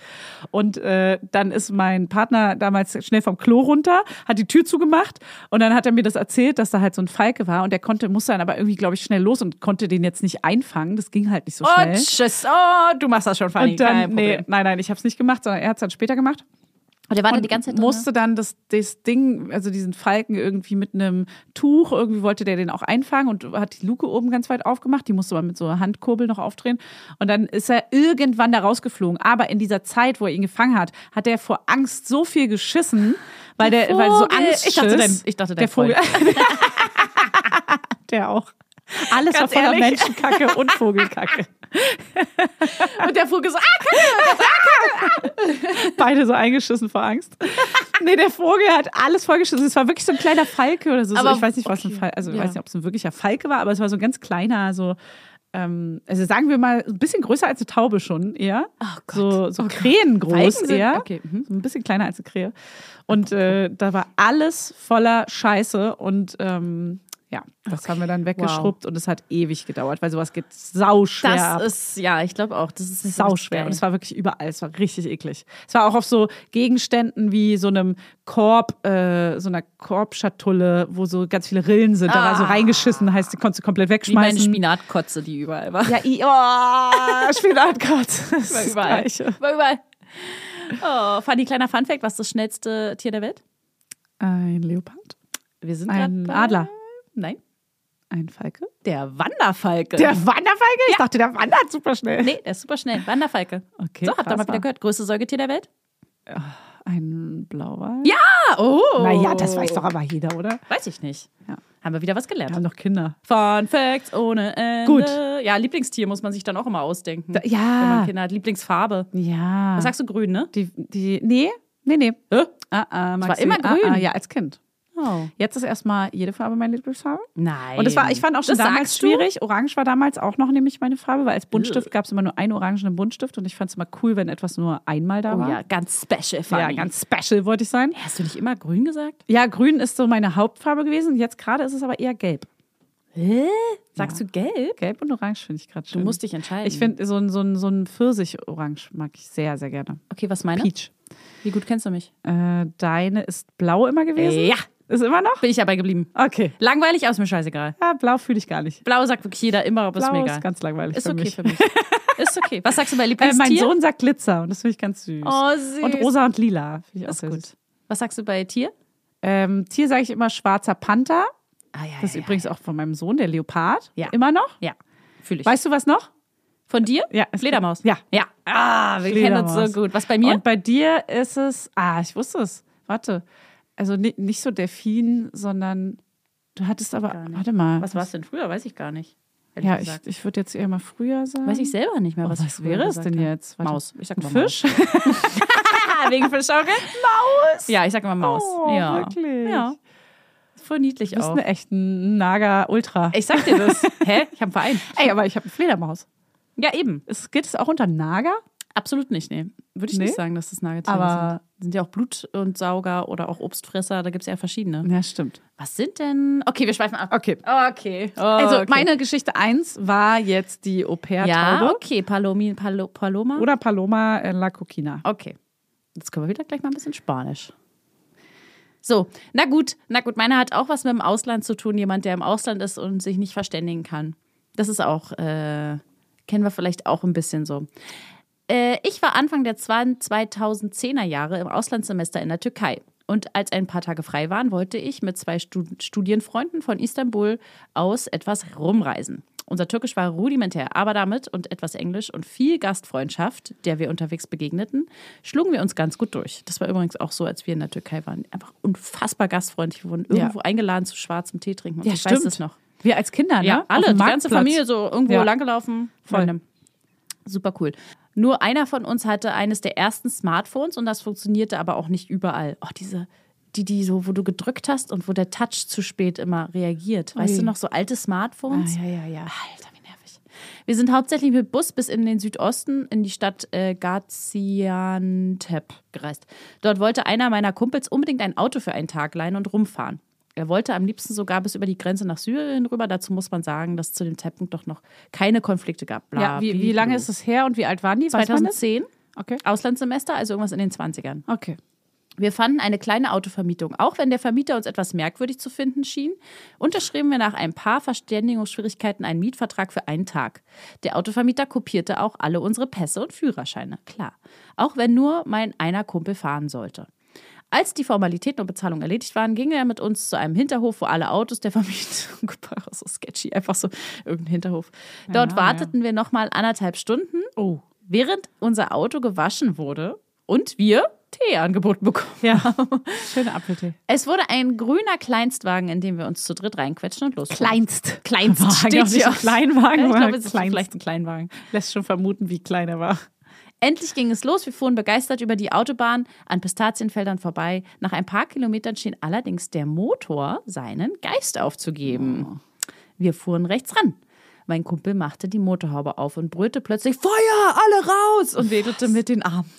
Speaker 3: Und äh, dann ist mein Partner damals schnell vom Klo runter, hat die Tür zugemacht und dann hat er mir das erzählt, dass da halt so ein Falke war und der konnte, musste dann aber irgendwie, glaube ich, schnell los und konnte den jetzt nicht einfangen. Das ging halt nicht so
Speaker 1: Und
Speaker 3: schnell.
Speaker 1: tschüss. Oh, du machst das schon, Fanny.
Speaker 3: Und dann,
Speaker 1: Kein
Speaker 3: nee,
Speaker 1: Problem.
Speaker 3: nein, nein, ich habe es nicht gemacht, sondern er hat es dann später gemacht.
Speaker 1: Und der war dann
Speaker 3: Und
Speaker 1: die ganze Zeit ne?
Speaker 3: musste dann das, das Ding, also diesen Falken irgendwie mit einem Tuch, irgendwie wollte der den auch einfangen und hat die Luke oben ganz weit aufgemacht. Die musste man mit so einer Handkurbel noch aufdrehen. Und dann ist er irgendwann da rausgeflogen. Aber in dieser Zeit, wo er ihn gefangen hat, hat er vor Angst so viel geschissen, weil
Speaker 1: äh,
Speaker 3: der, weil so
Speaker 1: Vogel.
Speaker 3: Angst
Speaker 1: Ich dachte,
Speaker 3: schiss.
Speaker 1: dein- ich dachte, dein
Speaker 3: der Vogel. der auch. Alles
Speaker 1: Ganz
Speaker 3: war voller
Speaker 1: ehrlich.
Speaker 3: Menschenkacke und Vogelkacke.
Speaker 1: Und der Vogel so, ah,
Speaker 3: Beide so eingeschissen vor Angst. Nee, der Vogel hat alles vollgeschissen. Es war wirklich so ein kleiner Falke oder so. so
Speaker 1: Aber-
Speaker 3: ich weiß nicht, was
Speaker 1: okay,
Speaker 3: ein Falke, also ich
Speaker 1: ja.
Speaker 3: weiß nicht, ob es ein wirklicher Falke war, aber es war so ein ganz kleiner, so, ähm, also sagen wir mal, ein bisschen größer als eine Taube schon eher.
Speaker 1: Oh Gott.
Speaker 3: So, so krähengroß
Speaker 1: Falken sind-
Speaker 3: eher.
Speaker 1: okay, Oh mhm.
Speaker 3: So ein bisschen kleiner als eine Krähe. Und äh, da war alles voller Scheiße und ähm, ja, das haben wir dann weggeschrubbt und es hat ewig gedauert, weil sowas geht sauschwer
Speaker 1: das
Speaker 3: ab
Speaker 1: ist, ja, ich glaube auch, das ist nicht so richtig
Speaker 3: sauschwer.
Speaker 1: geil.
Speaker 3: Und es war wirklich überall. Es war richtig eklig. Es war auch auf so Gegenständen wie so einem Korb, äh, so einer Korbschatulle, wo so ganz viele Rillen sind. Da war so
Speaker 1: Ah.
Speaker 3: reingeschissen, heißt, die konntest du komplett
Speaker 1: wie meine
Speaker 3: wegschmeißen.
Speaker 1: Spinatkotze, die überall war.
Speaker 3: ja, i- oh, Spinatkart. Das ist
Speaker 1: War
Speaker 3: das
Speaker 1: überall.
Speaker 3: Gleiche.
Speaker 1: War überall. Oh, Fanny, kleiner Funfact, was ist das schnellste Tier der Welt?
Speaker 3: Ein Leopard,
Speaker 1: Wir sind
Speaker 3: ein
Speaker 1: grad bei-
Speaker 3: Adler,
Speaker 1: Nein,
Speaker 3: ein Falke.
Speaker 1: der Wanderfalke.
Speaker 3: Der Wanderfalke? Ich dachte, der wandert super schnell.
Speaker 1: nee, der ist super schnell. Wanderfalke.
Speaker 3: Okay,
Speaker 1: so, habt ihr
Speaker 3: krass,
Speaker 1: mal wieder
Speaker 3: ja.
Speaker 1: gehört. Größte Säugetier der Welt?
Speaker 3: Ein Blauwal?
Speaker 1: Ja! Oh!
Speaker 3: Naja, das weiß doch aber jeder, oder?
Speaker 1: Weiß ich nicht.
Speaker 3: Ja.
Speaker 1: Haben wir wieder was
Speaker 3: Wir
Speaker 1: gelernt.
Speaker 3: haben doch Kinder.
Speaker 1: Fun Facts ohne Ende.
Speaker 3: Gut.
Speaker 1: Ja, Lieblingstier muss man sich dann auch immer ausdenken.
Speaker 3: Da- ja.
Speaker 1: Wenn man Kinder hat. Lieblingsfarbe.
Speaker 3: Ja.
Speaker 1: Was sagst du, grün, ne?
Speaker 3: Die, die, nee, nee, nee. Ah, ah, Maxi,
Speaker 1: immer
Speaker 3: ah,
Speaker 1: grün.
Speaker 3: Ah, ja, als Kind.
Speaker 1: Oh.
Speaker 3: Jetzt ist erstmal jede Farbe meine Lieblingsfarbe.
Speaker 1: Nein.
Speaker 3: Und das war, ich fand auch schon
Speaker 1: Das
Speaker 3: damals
Speaker 1: sagst du?
Speaker 3: schwierig. Orange war damals auch noch nämlich meine Farbe, weil als Buntstift gab es immer nur einen orangenen Buntstift und ich fand es immer cool, wenn etwas nur einmal da
Speaker 1: Oh
Speaker 3: war.
Speaker 1: ja, ganz special, Fanny.
Speaker 3: ja, ganz special wollte ich sein.
Speaker 1: Hast du nicht immer grün gesagt?
Speaker 3: Ja, grün ist so meine Hauptfarbe gewesen. Jetzt gerade ist es aber eher gelb.
Speaker 1: Hä? Sagst du gelb?
Speaker 3: Gelb und orange finde ich gerade schön.
Speaker 1: Du musst dich entscheiden.
Speaker 3: Mhm. ich finde so ein, so ein, so ein Pfirsich-Orange mag ich sehr, sehr gerne.
Speaker 1: Okay, was meine?
Speaker 3: Peach.
Speaker 1: Wie gut kennst du mich?
Speaker 3: Äh, deine ist blau immer gewesen?
Speaker 1: Ja.
Speaker 3: Ist immer noch?
Speaker 1: Bin ich dabei geblieben.
Speaker 3: Okay.
Speaker 1: Langweilig, aber ist mir scheißegal.
Speaker 3: Ja, blau fühle ich gar nicht.
Speaker 1: Blau sagt wirklich jeder immer, aber ist
Speaker 3: Blau
Speaker 1: mir
Speaker 3: ist
Speaker 1: egal.
Speaker 3: ganz langweilig
Speaker 1: Ist
Speaker 3: für
Speaker 1: okay
Speaker 3: mich.
Speaker 1: für mich. Ist okay. Was sagst du bei
Speaker 3: Äh, mein
Speaker 1: Lieblingstier?
Speaker 3: Sohn sagt Glitzer und das finde ich ganz süß.
Speaker 1: Oh, süß.
Speaker 3: Und rosa und lila finde ich auch
Speaker 1: Ist
Speaker 3: sehr
Speaker 1: gut.
Speaker 3: süß.
Speaker 1: Was sagst du bei Tier?
Speaker 3: Ähm, Tier sage ich immer schwarzer Panther.
Speaker 1: Ah, ja,
Speaker 3: Das ist
Speaker 1: ja,
Speaker 3: übrigens auch von meinem Sohn, der Leopard.
Speaker 1: Ja.
Speaker 3: Immer noch.
Speaker 1: Ja, fühle ich.
Speaker 3: Weißt du was noch?
Speaker 1: Von dir?
Speaker 3: Ja, es-
Speaker 1: Fledermaus.
Speaker 3: Ja.
Speaker 1: Ja. Ah, wir kennen uns
Speaker 3: Fledermaus.
Speaker 1: so gut. Was bei mir?
Speaker 3: Und bei dir ist es, ah, ich wusste es. Warte. Also ni- nicht so Delfin, sondern du hattest aber,
Speaker 1: nicht.
Speaker 3: warte mal.
Speaker 1: was war es denn früher? Weiß ich gar nicht. ehrlich
Speaker 3: Ja, ich,
Speaker 1: gesagt.
Speaker 3: ich würde jetzt eher mal früher sagen. Oh,
Speaker 1: Weiß ich selber nicht mehr, was,
Speaker 3: was,
Speaker 1: ich
Speaker 3: was
Speaker 1: früher
Speaker 3: wäre es
Speaker 1: gesagt
Speaker 3: denn
Speaker 1: habe.
Speaker 3: jetzt? Warte.
Speaker 1: Maus. Ich sag
Speaker 3: Ein
Speaker 1: immer
Speaker 3: Fisch?
Speaker 1: Ah, wegen Fischauge? Maus. Ja, ich sag immer Maus.
Speaker 3: Oh,
Speaker 1: ja.
Speaker 3: wirklich?
Speaker 1: Ja. Voll
Speaker 3: Du
Speaker 1: niedlich
Speaker 3: bist
Speaker 1: auch.
Speaker 3: eine echte Nager Ultra.
Speaker 1: Ich sag dir das. Hä? Ich habe einen Verein.
Speaker 3: Ey, aber ich habe eine Fledermaus.
Speaker 1: Ja, eben.
Speaker 3: Es geht es auch unter Nager?
Speaker 1: Absolut nicht, nee. Würde ich
Speaker 3: Nee?
Speaker 1: nicht sagen, dass das Nagetiere
Speaker 3: Aber-
Speaker 1: sind. Sind ja auch Blut- und Sauger oder auch Obstfresser, da gibt es ja verschiedene.
Speaker 3: Ja, stimmt.
Speaker 1: Was sind denn? Okay, wir schweifen ab.
Speaker 3: Okay.
Speaker 1: Okay.
Speaker 3: Also
Speaker 1: okay.
Speaker 3: meine Geschichte 1 war jetzt die Au
Speaker 1: Ja,
Speaker 3: pair-Taube
Speaker 1: okay, Palomi, Palo, Paloma.
Speaker 3: oder Paloma äh, La Coquina.
Speaker 1: Okay. Jetzt können wir wieder gleich mal ein bisschen Spanisch. So, na gut, na gut, meiner hat auch was mit dem Ausland zu tun, jemand, der im Ausland ist und sich nicht verständigen kann. Das ist auch, äh, kennen wir vielleicht auch ein bisschen so. Äh, ich war Anfang der 2010er Jahre im Auslandssemester in der Türkei. Und als ein paar Tage frei waren, wollte ich mit zwei Stud Studienfreunden von Istanbul aus etwas rumreisen. Unser Türkisch war rudimentär, aber damit und etwas Englisch und viel Gastfreundschaft, der wir unterwegs begegneten, schlugen wir uns ganz gut durch. Das war übrigens auch so, als wir in der Türkei waren. Einfach unfassbar gastfreundlich. Wir wurden irgendwo eingeladen zu schwarzem Tee trinken. Und ich weiß es noch.
Speaker 3: Wir als Kinder, ne?
Speaker 1: Ja, alle,
Speaker 3: Auf dem
Speaker 1: die ganze
Speaker 3: Marktplatz.
Speaker 1: Familie so irgendwo
Speaker 3: Ja.
Speaker 1: langgelaufen.
Speaker 3: Voll.
Speaker 1: Voll. Super cool. Nur einer von uns hatte eines der ersten Smartphones und das funktionierte aber auch nicht überall. Oh, diese, die, die so, wo du gedrückt hast und wo der Touch zu spät immer reagiert. Weißt
Speaker 3: Ui.
Speaker 1: du noch, so alte Smartphones?
Speaker 3: Ah, ja, ja, ja.
Speaker 1: Alter, wie nervig. Wir sind hauptsächlich mit Bus bis in den Südosten in die Stadt äh, Gaziantep gereist. Dort wollte einer meiner Kumpels unbedingt ein Auto für einen Tag leihen und rumfahren. Er wollte am liebsten sogar bis über die Grenze nach Syrien rüber. Dazu muss man sagen, dass es zu dem Zeitpunkt doch noch keine Konflikte gab. Bla,
Speaker 3: Ja, wie, wie lange ist es her und wie alt waren die? Weiß man das?
Speaker 1: 2010,
Speaker 3: Okay.
Speaker 1: Auslandssemester, also irgendwas in den 20ern.
Speaker 3: Okay.
Speaker 1: Wir fanden eine kleine Autovermietung. Auch wenn der Vermieter uns etwas merkwürdig zu finden schien, unterschrieben wir nach ein paar Verständigungsschwierigkeiten einen Mietvertrag für einen Tag. Der Autovermieter kopierte auch alle unsere Pässe und Führerscheine. Klar. Auch wenn nur mein einer Kumpel fahren sollte. Als die Formalitäten und Bezahlung erledigt waren, ging er mit uns zu einem Hinterhof, wo alle Autos der Vermietung so sketchy, einfach so irgendein Hinterhof. Dort
Speaker 3: Ja,
Speaker 1: warteten wir nochmal anderthalb Stunden,
Speaker 3: Oh.
Speaker 1: während unser Auto gewaschen wurde und wir Tee angeboten bekommen.
Speaker 3: Ja. Schöne Apfeltee.
Speaker 1: Es wurde ein grüner Kleinstwagen, in dem wir uns zu dritt reinquetschen und losfahren.
Speaker 3: Kleinst.
Speaker 1: Kleinst
Speaker 3: Wagen,
Speaker 1: steht
Speaker 3: auch nicht
Speaker 1: hier.
Speaker 3: ein Kleinwagen,
Speaker 1: ich
Speaker 3: aber
Speaker 1: glaube, es ist
Speaker 3: Kleinst.
Speaker 1: vielleicht ein Kleinwagen.
Speaker 3: Lässt schon vermuten, wie klein er war.
Speaker 1: Endlich ging es los. Wir fuhren begeistert über die Autobahn an Pistazienfeldern vorbei. Nach ein paar Kilometern schien allerdings der Motor seinen Geist aufzugeben. Wir fuhren rechts ran. Mein Kumpel machte die Motorhaube auf und brüllte plötzlich Feuer, alle raus und wedelte mit den Armen.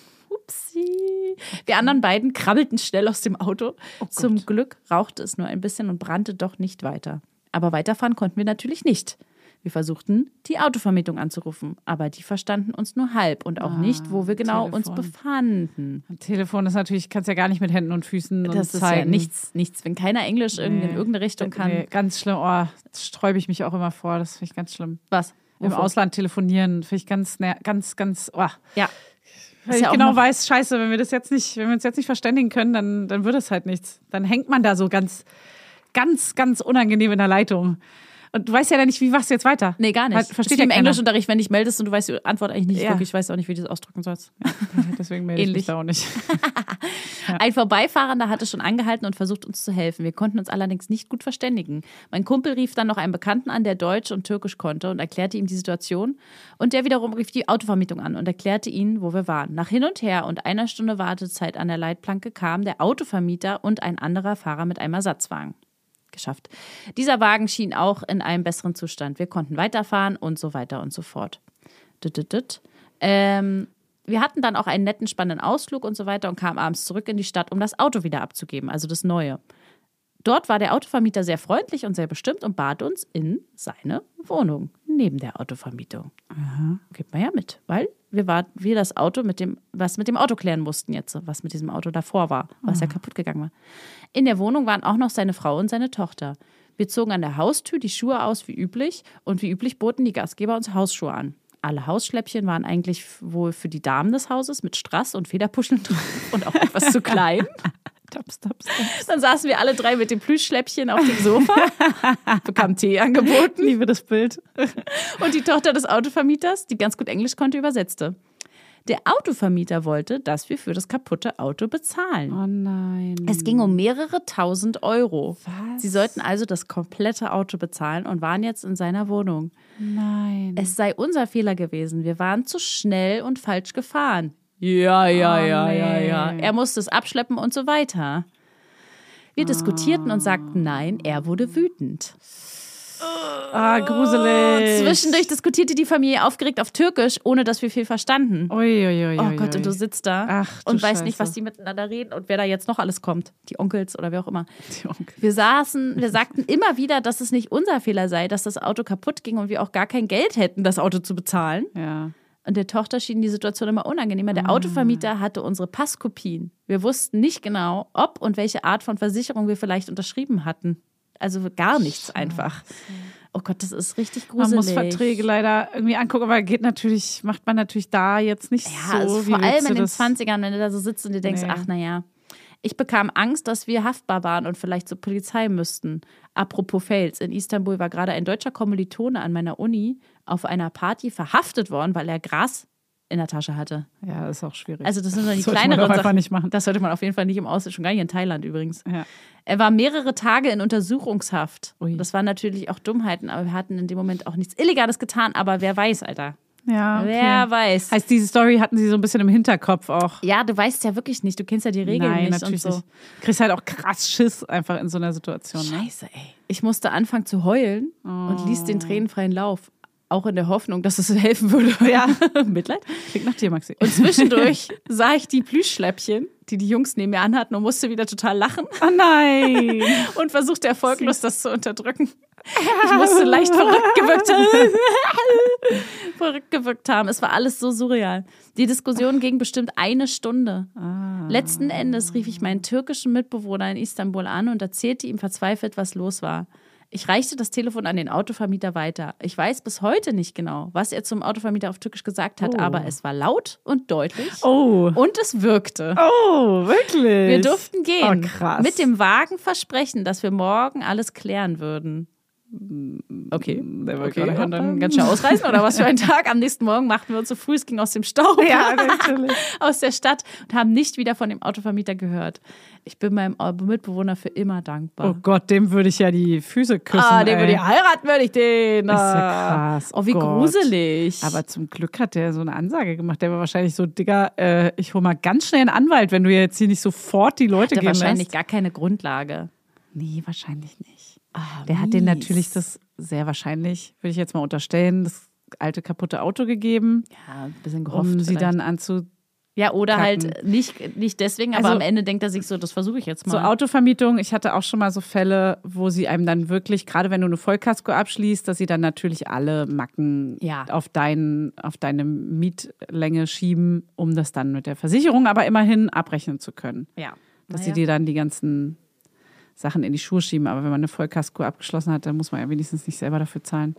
Speaker 1: Upsi. Wir anderen beiden krabbelten schnell aus dem
Speaker 3: Oh
Speaker 1: Auto. Zum Glück rauchte es nur ein bisschen und brannte doch nicht weiter. Aber weiterfahren konnten wir natürlich nicht. Wir versuchten, die Autovermietung anzurufen, aber die verstanden uns nur halb und auch nicht, wo wir genau uns
Speaker 3: Ah, Telefon.
Speaker 1: befanden.
Speaker 3: Am Telefon ist natürlich, kannst ja gar nicht mit Händen und Füßen
Speaker 1: Das
Speaker 3: und
Speaker 1: ist ja
Speaker 3: zeigen.
Speaker 1: nichts, nichts, wenn keiner Englisch irgendwie in
Speaker 3: Nee.
Speaker 1: irgendeine Richtung kann.
Speaker 3: Nee, ganz schlimm. Oh, das sträube ich mich auch immer vor. Das finde ich ganz schlimm.
Speaker 1: Was?
Speaker 3: Im
Speaker 1: Wovor?
Speaker 3: Ausland telefonieren finde ich ganz, ner- ganz, ganz. Oh.
Speaker 1: Ja.
Speaker 3: Weil
Speaker 1: Ist
Speaker 3: ich
Speaker 1: ja auch
Speaker 3: genau
Speaker 1: noch-
Speaker 3: weiß, scheiße, wenn wir das jetzt nicht, wenn wir uns jetzt nicht verständigen können, dann, dann wird es halt nichts. Dann hängt man da so ganz, ganz, ganz unangenehm in der Leitung. Und du weißt ja dann nicht, wie machst du jetzt weiter?
Speaker 1: Nee, gar nicht.
Speaker 3: Halt,
Speaker 1: Ist
Speaker 3: Versteht
Speaker 1: wie
Speaker 3: ja
Speaker 1: im
Speaker 3: keiner.
Speaker 1: Englischunterricht, wenn du dich meldest und du weißt die Antwort eigentlich nicht
Speaker 3: Ja.
Speaker 1: wirklich, ich weiß auch nicht, wie du das ausdrücken sollst.
Speaker 3: Deswegen melde ich
Speaker 1: Ähnlich.
Speaker 3: mich da auch nicht.
Speaker 1: Ein Vorbeifahrender hatte schon angehalten und versucht, uns zu helfen. Wir konnten uns allerdings nicht gut verständigen. Mein Kumpel rief dann noch einen Bekannten an, der Deutsch und Türkisch konnte und erklärte ihm die Situation. Und der wiederum rief die Autovermietung an und erklärte ihnen, wo wir waren. Nach hin und her und einer Stunde Wartezeit an der Leitplanke kamen der Autovermieter und ein anderer Fahrer mit einem Ersatzwagen. Geschafft. Dieser Wagen schien auch in einem besseren Zustand. Wir konnten weiterfahren und so weiter und so fort. Düt, düt, düt. Ähm, wir hatten dann auch einen netten, spannenden Ausflug und so weiter und kamen abends zurück in die Stadt, um das Auto wieder abzugeben, also das neue. Dort war der Autovermieter sehr freundlich und sehr bestimmt und bat uns in seine Wohnung neben der Autovermietung. Geht mal ja mit, weil wir, war, wir das Auto mit dem, was mit dem Auto klären mussten jetzt, was mit diesem Auto davor war, was ja kaputt gegangen war. In der Wohnung waren auch noch seine Frau und seine Tochter. Wir zogen an der Haustür die Schuhe aus wie üblich und wie üblich boten die Gastgeber uns Hausschuhe an. Alle Hausschläppchen waren eigentlich f- wohl für die Damen des Hauses mit Strass und Federpuscheln drauf und auch etwas zu klein.
Speaker 3: Taps, taps, taps.
Speaker 1: Dann saßen wir alle drei mit dem Plüschschläppchen auf dem Sofa, bekamen Tee angeboten
Speaker 3: Liebe das Bild.
Speaker 1: und die Tochter des Autovermieters, die ganz gut Englisch konnte, übersetzte. Der Autovermieter wollte, dass wir für das kaputte Auto bezahlen.
Speaker 3: Oh nein.
Speaker 1: Es ging um mehrere tausend Euro.
Speaker 3: Was?
Speaker 1: Sie sollten also das komplette Auto bezahlen und waren jetzt in seiner Wohnung.
Speaker 3: Nein.
Speaker 1: Es sei unser Fehler gewesen. Wir waren zu schnell und falsch gefahren. Ja, ja,
Speaker 3: Oh,
Speaker 1: ja,
Speaker 3: nee.
Speaker 1: ja, ja. Er musste es abschleppen und so weiter. Wir diskutierten und sagten nein, er wurde wütend.
Speaker 3: ah, gruselig.
Speaker 1: Zwischendurch diskutierte die Familie aufgeregt auf Türkisch, ohne dass wir viel verstanden.
Speaker 3: Ui, ui, ui,
Speaker 1: Oh
Speaker 3: ui,
Speaker 1: Gott,
Speaker 3: ui.
Speaker 1: und du sitzt da
Speaker 3: Ach, du
Speaker 1: und weißt nicht,
Speaker 3: Scheiße.
Speaker 1: was die miteinander reden und wer da jetzt noch alles kommt. Die Onkels oder wer auch immer.
Speaker 3: Die Onkel.
Speaker 1: Wir saßen, wir sagten immer wieder, dass es nicht unser Fehler sei, dass das Auto kaputt ging und wir auch gar kein Geld hätten, das Auto zu bezahlen.
Speaker 3: Ja.
Speaker 1: Und der Tochter schien die Situation immer unangenehmer. Der Autovermieter hatte unsere Passkopien. Wir wussten nicht genau, ob und welche Art von Versicherung wir vielleicht unterschrieben hatten. Also gar nichts einfach. Oh Gott, das ist richtig gruselig.
Speaker 3: Man muss Verträge leider irgendwie angucken, aber geht natürlich, macht man natürlich da jetzt nicht
Speaker 1: Ja,
Speaker 3: so.
Speaker 1: also
Speaker 3: wie
Speaker 1: vor allem
Speaker 3: willst du
Speaker 1: in den
Speaker 3: das-
Speaker 1: 20ern, wenn du da so sitzt und dir denkst,
Speaker 3: Nee.
Speaker 1: ach naja. Ich bekam Angst, dass wir haftbar waren und vielleicht zur Polizei müssten. Apropos Fails, in Istanbul war gerade ein deutscher Kommilitone an meiner Uni auf einer Party verhaftet worden, weil er Gras in der Tasche hatte.
Speaker 3: Ja, das ist auch schwierig.
Speaker 1: Also das sind so die
Speaker 3: sollte man
Speaker 1: kleineren
Speaker 3: doch einfach
Speaker 1: Sachen.
Speaker 3: nicht machen.
Speaker 1: Das sollte man auf jeden Fall nicht im Ausland, schon gar nicht in Thailand übrigens.
Speaker 3: Ja.
Speaker 1: Er war mehrere Tage in Untersuchungshaft.
Speaker 3: Ui.
Speaker 1: Das waren natürlich auch Dummheiten, aber wir hatten in dem Moment auch nichts Illegales getan. Aber wer weiß, Alter.
Speaker 3: ja, okay.
Speaker 1: Wer weiß.
Speaker 3: Heißt, diese Story hatten sie so ein bisschen im Hinterkopf auch.
Speaker 1: ja, du weißt ja wirklich nicht. Du kennst ja die Regeln
Speaker 3: Nein,
Speaker 1: nicht
Speaker 3: natürlich
Speaker 1: und so.
Speaker 3: nicht. Kriegst halt auch krass Schiss einfach in so einer Situation. Ne?
Speaker 1: Scheiße, ey. Ich musste anfangen zu heulen und ließ
Speaker 3: Oh.
Speaker 1: den tränenfreien Lauf. Auch in der Hoffnung, dass es helfen würde. Ja. Mitleid.
Speaker 3: Klingt nach dir, Maxi.
Speaker 1: Und zwischendurch sah ich die Plüschschläppchen, die die Jungs neben mir anhatten und musste wieder total lachen.
Speaker 3: oh nein!
Speaker 1: und versuchte erfolglos, das zu unterdrücken. Ich musste leicht verrückt gewirkt haben. verrückt gewirkt haben. Es war alles so surreal. Die Diskussion ging bestimmt eine Stunde.
Speaker 3: Ah.
Speaker 1: Letzten Endes rief ich meinen türkischen Mitbewohner in Istanbul an und erzählte ihm verzweifelt, was los war. Ich reichte das Telefon an den Autovermieter weiter. Ich weiß bis heute nicht genau, was er zum Autovermieter auf Türkisch gesagt hat,
Speaker 3: Oh.
Speaker 1: aber es war laut und deutlich
Speaker 3: Oh.
Speaker 1: und es wirkte.
Speaker 3: Oh, wirklich?
Speaker 1: Wir durften gehen.
Speaker 3: Oh, krass.
Speaker 1: Mit dem vagen Versprechen, dass wir morgen alles klären würden. Okay.
Speaker 3: Never
Speaker 1: Okay,
Speaker 3: gonna
Speaker 1: und dann
Speaker 3: happen.
Speaker 1: ganz schön ausreißen oder was für ein Tag. Am nächsten Morgen machten wir uns so früh, es ging aus dem Staub,
Speaker 3: Ja, natürlich.
Speaker 1: aus der Stadt und haben nicht wieder von dem Autovermieter gehört. Ich bin meinem Mitbewohner für immer
Speaker 3: Oh
Speaker 1: dankbar.
Speaker 3: Gott, dem würde ich ja die Füße küssen.
Speaker 1: ah, den
Speaker 3: ey.
Speaker 1: würde ich heiraten, würde ich den.
Speaker 3: Ist ja krass.
Speaker 1: Oh, wie
Speaker 3: Gott.
Speaker 1: gruselig.
Speaker 3: Aber zum Glück hat der so eine Ansage gemacht. Der war wahrscheinlich so, Digga, äh, ich hole mal ganz schnell einen Anwalt, wenn du jetzt hier nicht sofort die
Speaker 1: hatte
Speaker 3: Leute gehen
Speaker 1: wahrscheinlich
Speaker 3: lässt.
Speaker 1: gar keine Grundlage.
Speaker 3: Nee, wahrscheinlich nicht.
Speaker 1: Ah,
Speaker 3: Der hat den
Speaker 1: mies.
Speaker 3: natürlich das sehr wahrscheinlich, würde ich jetzt mal unterstellen, das alte kaputte Auto gegeben,
Speaker 1: ja, ein bisschen
Speaker 3: um
Speaker 1: gehofft.
Speaker 3: sie
Speaker 1: vielleicht.
Speaker 3: dann anzu.
Speaker 1: Ja, oder
Speaker 3: Kacken.
Speaker 1: halt nicht, nicht deswegen, aber
Speaker 3: Also-
Speaker 1: am Ende denkt er sich so, das versuche ich jetzt mal.
Speaker 3: So Autovermietung, ich hatte auch schon mal so Fälle, wo sie einem dann wirklich, gerade wenn du eine Vollkasko abschließt, dass sie dann natürlich alle Macken
Speaker 1: Ja.
Speaker 3: auf, dein, auf deine Mietlänge schieben, um das dann mit der Versicherung aber immerhin abrechnen zu können.
Speaker 1: ja.
Speaker 3: dass
Speaker 1: Naja.
Speaker 3: sie dir dann die ganzen Sachen in die Schuhe schieben. Aber wenn man eine Vollkasko abgeschlossen hat, dann muss man ja wenigstens nicht selber dafür zahlen.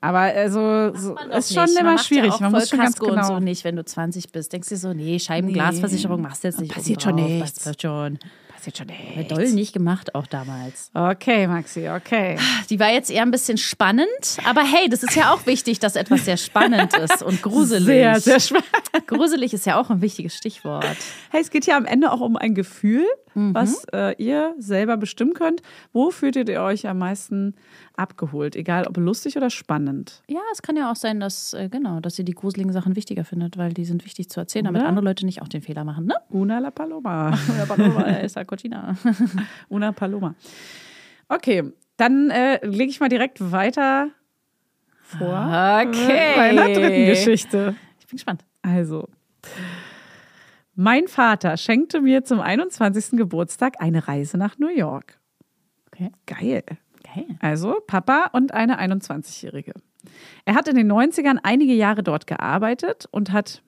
Speaker 3: Aber also so,
Speaker 1: Man
Speaker 3: ist
Speaker 1: doch
Speaker 3: schon
Speaker 1: nicht.
Speaker 3: immer
Speaker 1: macht
Speaker 3: schwierig.
Speaker 1: Ja auch
Speaker 3: man muss schon ganz
Speaker 1: Vollkasko
Speaker 3: genau.
Speaker 1: Und so nicht, wenn du 20 bist, denkst du dir so, nee, Scheibenglasversicherung machst du jetzt nicht.
Speaker 3: Passiert
Speaker 1: obendrauf,
Speaker 3: schon nichts.
Speaker 1: Das wird schon.
Speaker 3: Passiert schon
Speaker 1: Hat
Speaker 3: echt.
Speaker 1: Doll nicht Ah, gemacht, auch damals.
Speaker 3: Okay, Maxi, okay.
Speaker 1: Die war jetzt eher ein bisschen spannend, aber hey, das ist ja auch wichtig, dass etwas sehr spannend ist und gruselig.
Speaker 3: Sehr, sehr spannend.
Speaker 1: gruselig ist ja auch ein wichtiges Stichwort.
Speaker 3: Hey, es geht ja am Ende auch um ein Gefühl, was äh, ihr selber bestimmen könnt. Wo fühltet ihr euch am meisten abgeholt? Egal ob lustig oder spannend.
Speaker 1: Ja, es kann ja auch sein, dass, äh, genau, dass ihr die gruseligen Sachen wichtiger findet, weil die sind wichtig zu erzählen, damit
Speaker 3: Oder?
Speaker 1: andere Leute nicht auch den Fehler machen, ne?
Speaker 3: Una la Paloma.
Speaker 1: Esa Cortina.
Speaker 3: Una Paloma. Okay, dann äh, lege ich mal direkt weiter vor mit
Speaker 1: Okay.
Speaker 3: meiner dritten Geschichte.
Speaker 1: Ich bin gespannt.
Speaker 3: Also, mein Vater schenkte mir zum 21. Geburtstag eine Reise nach New York.
Speaker 1: Okay.
Speaker 3: Geil.
Speaker 1: Geil.
Speaker 3: Also Papa und eine 21-Jährige. Er hat in den 90ern einige Jahre dort gearbeitet und hat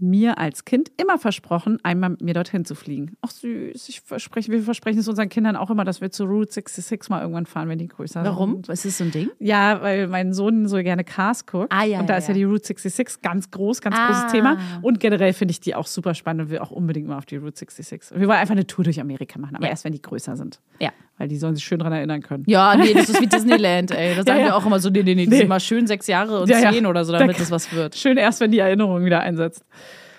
Speaker 3: mir als Kind immer versprochen, einmal mit mir dorthin zu fliegen. Ach süß, ich verspreche, wir versprechen es unseren Kindern auch immer, dass wir zu Route 66 mal irgendwann fahren, wenn die größer sind.
Speaker 1: Warum? Ähm, Ist das so ein Ding?
Speaker 3: Ja, weil mein Sohn so gerne Cars guckt.
Speaker 1: Ah, ja,
Speaker 3: und da
Speaker 1: ja,
Speaker 3: ist ja
Speaker 1: ja.
Speaker 3: die Route 66 ganz groß, ganz
Speaker 1: Ah.
Speaker 3: großes Thema. Und generell finde ich die auch super spannend und will auch unbedingt mal auf die Route 66. Und wir wollen einfach eine Tour durch Amerika machen, aber
Speaker 1: Ja.
Speaker 3: erst wenn die größer sind.
Speaker 1: Ja.
Speaker 3: Weil die sollen sich schön daran erinnern können.
Speaker 1: Ja, nee, das ist wie Disneyland, ey. Da sagen
Speaker 3: ja.
Speaker 1: wir auch immer so, nee, nee, nee, die
Speaker 3: Nee.
Speaker 1: sind mal schön sechs Jahre und
Speaker 3: Ja, ja.
Speaker 1: zehn oder so,
Speaker 3: Da
Speaker 1: damit
Speaker 3: kann-
Speaker 1: das was wird.
Speaker 3: Schön erst, wenn die Erinnerung wieder einsetzt.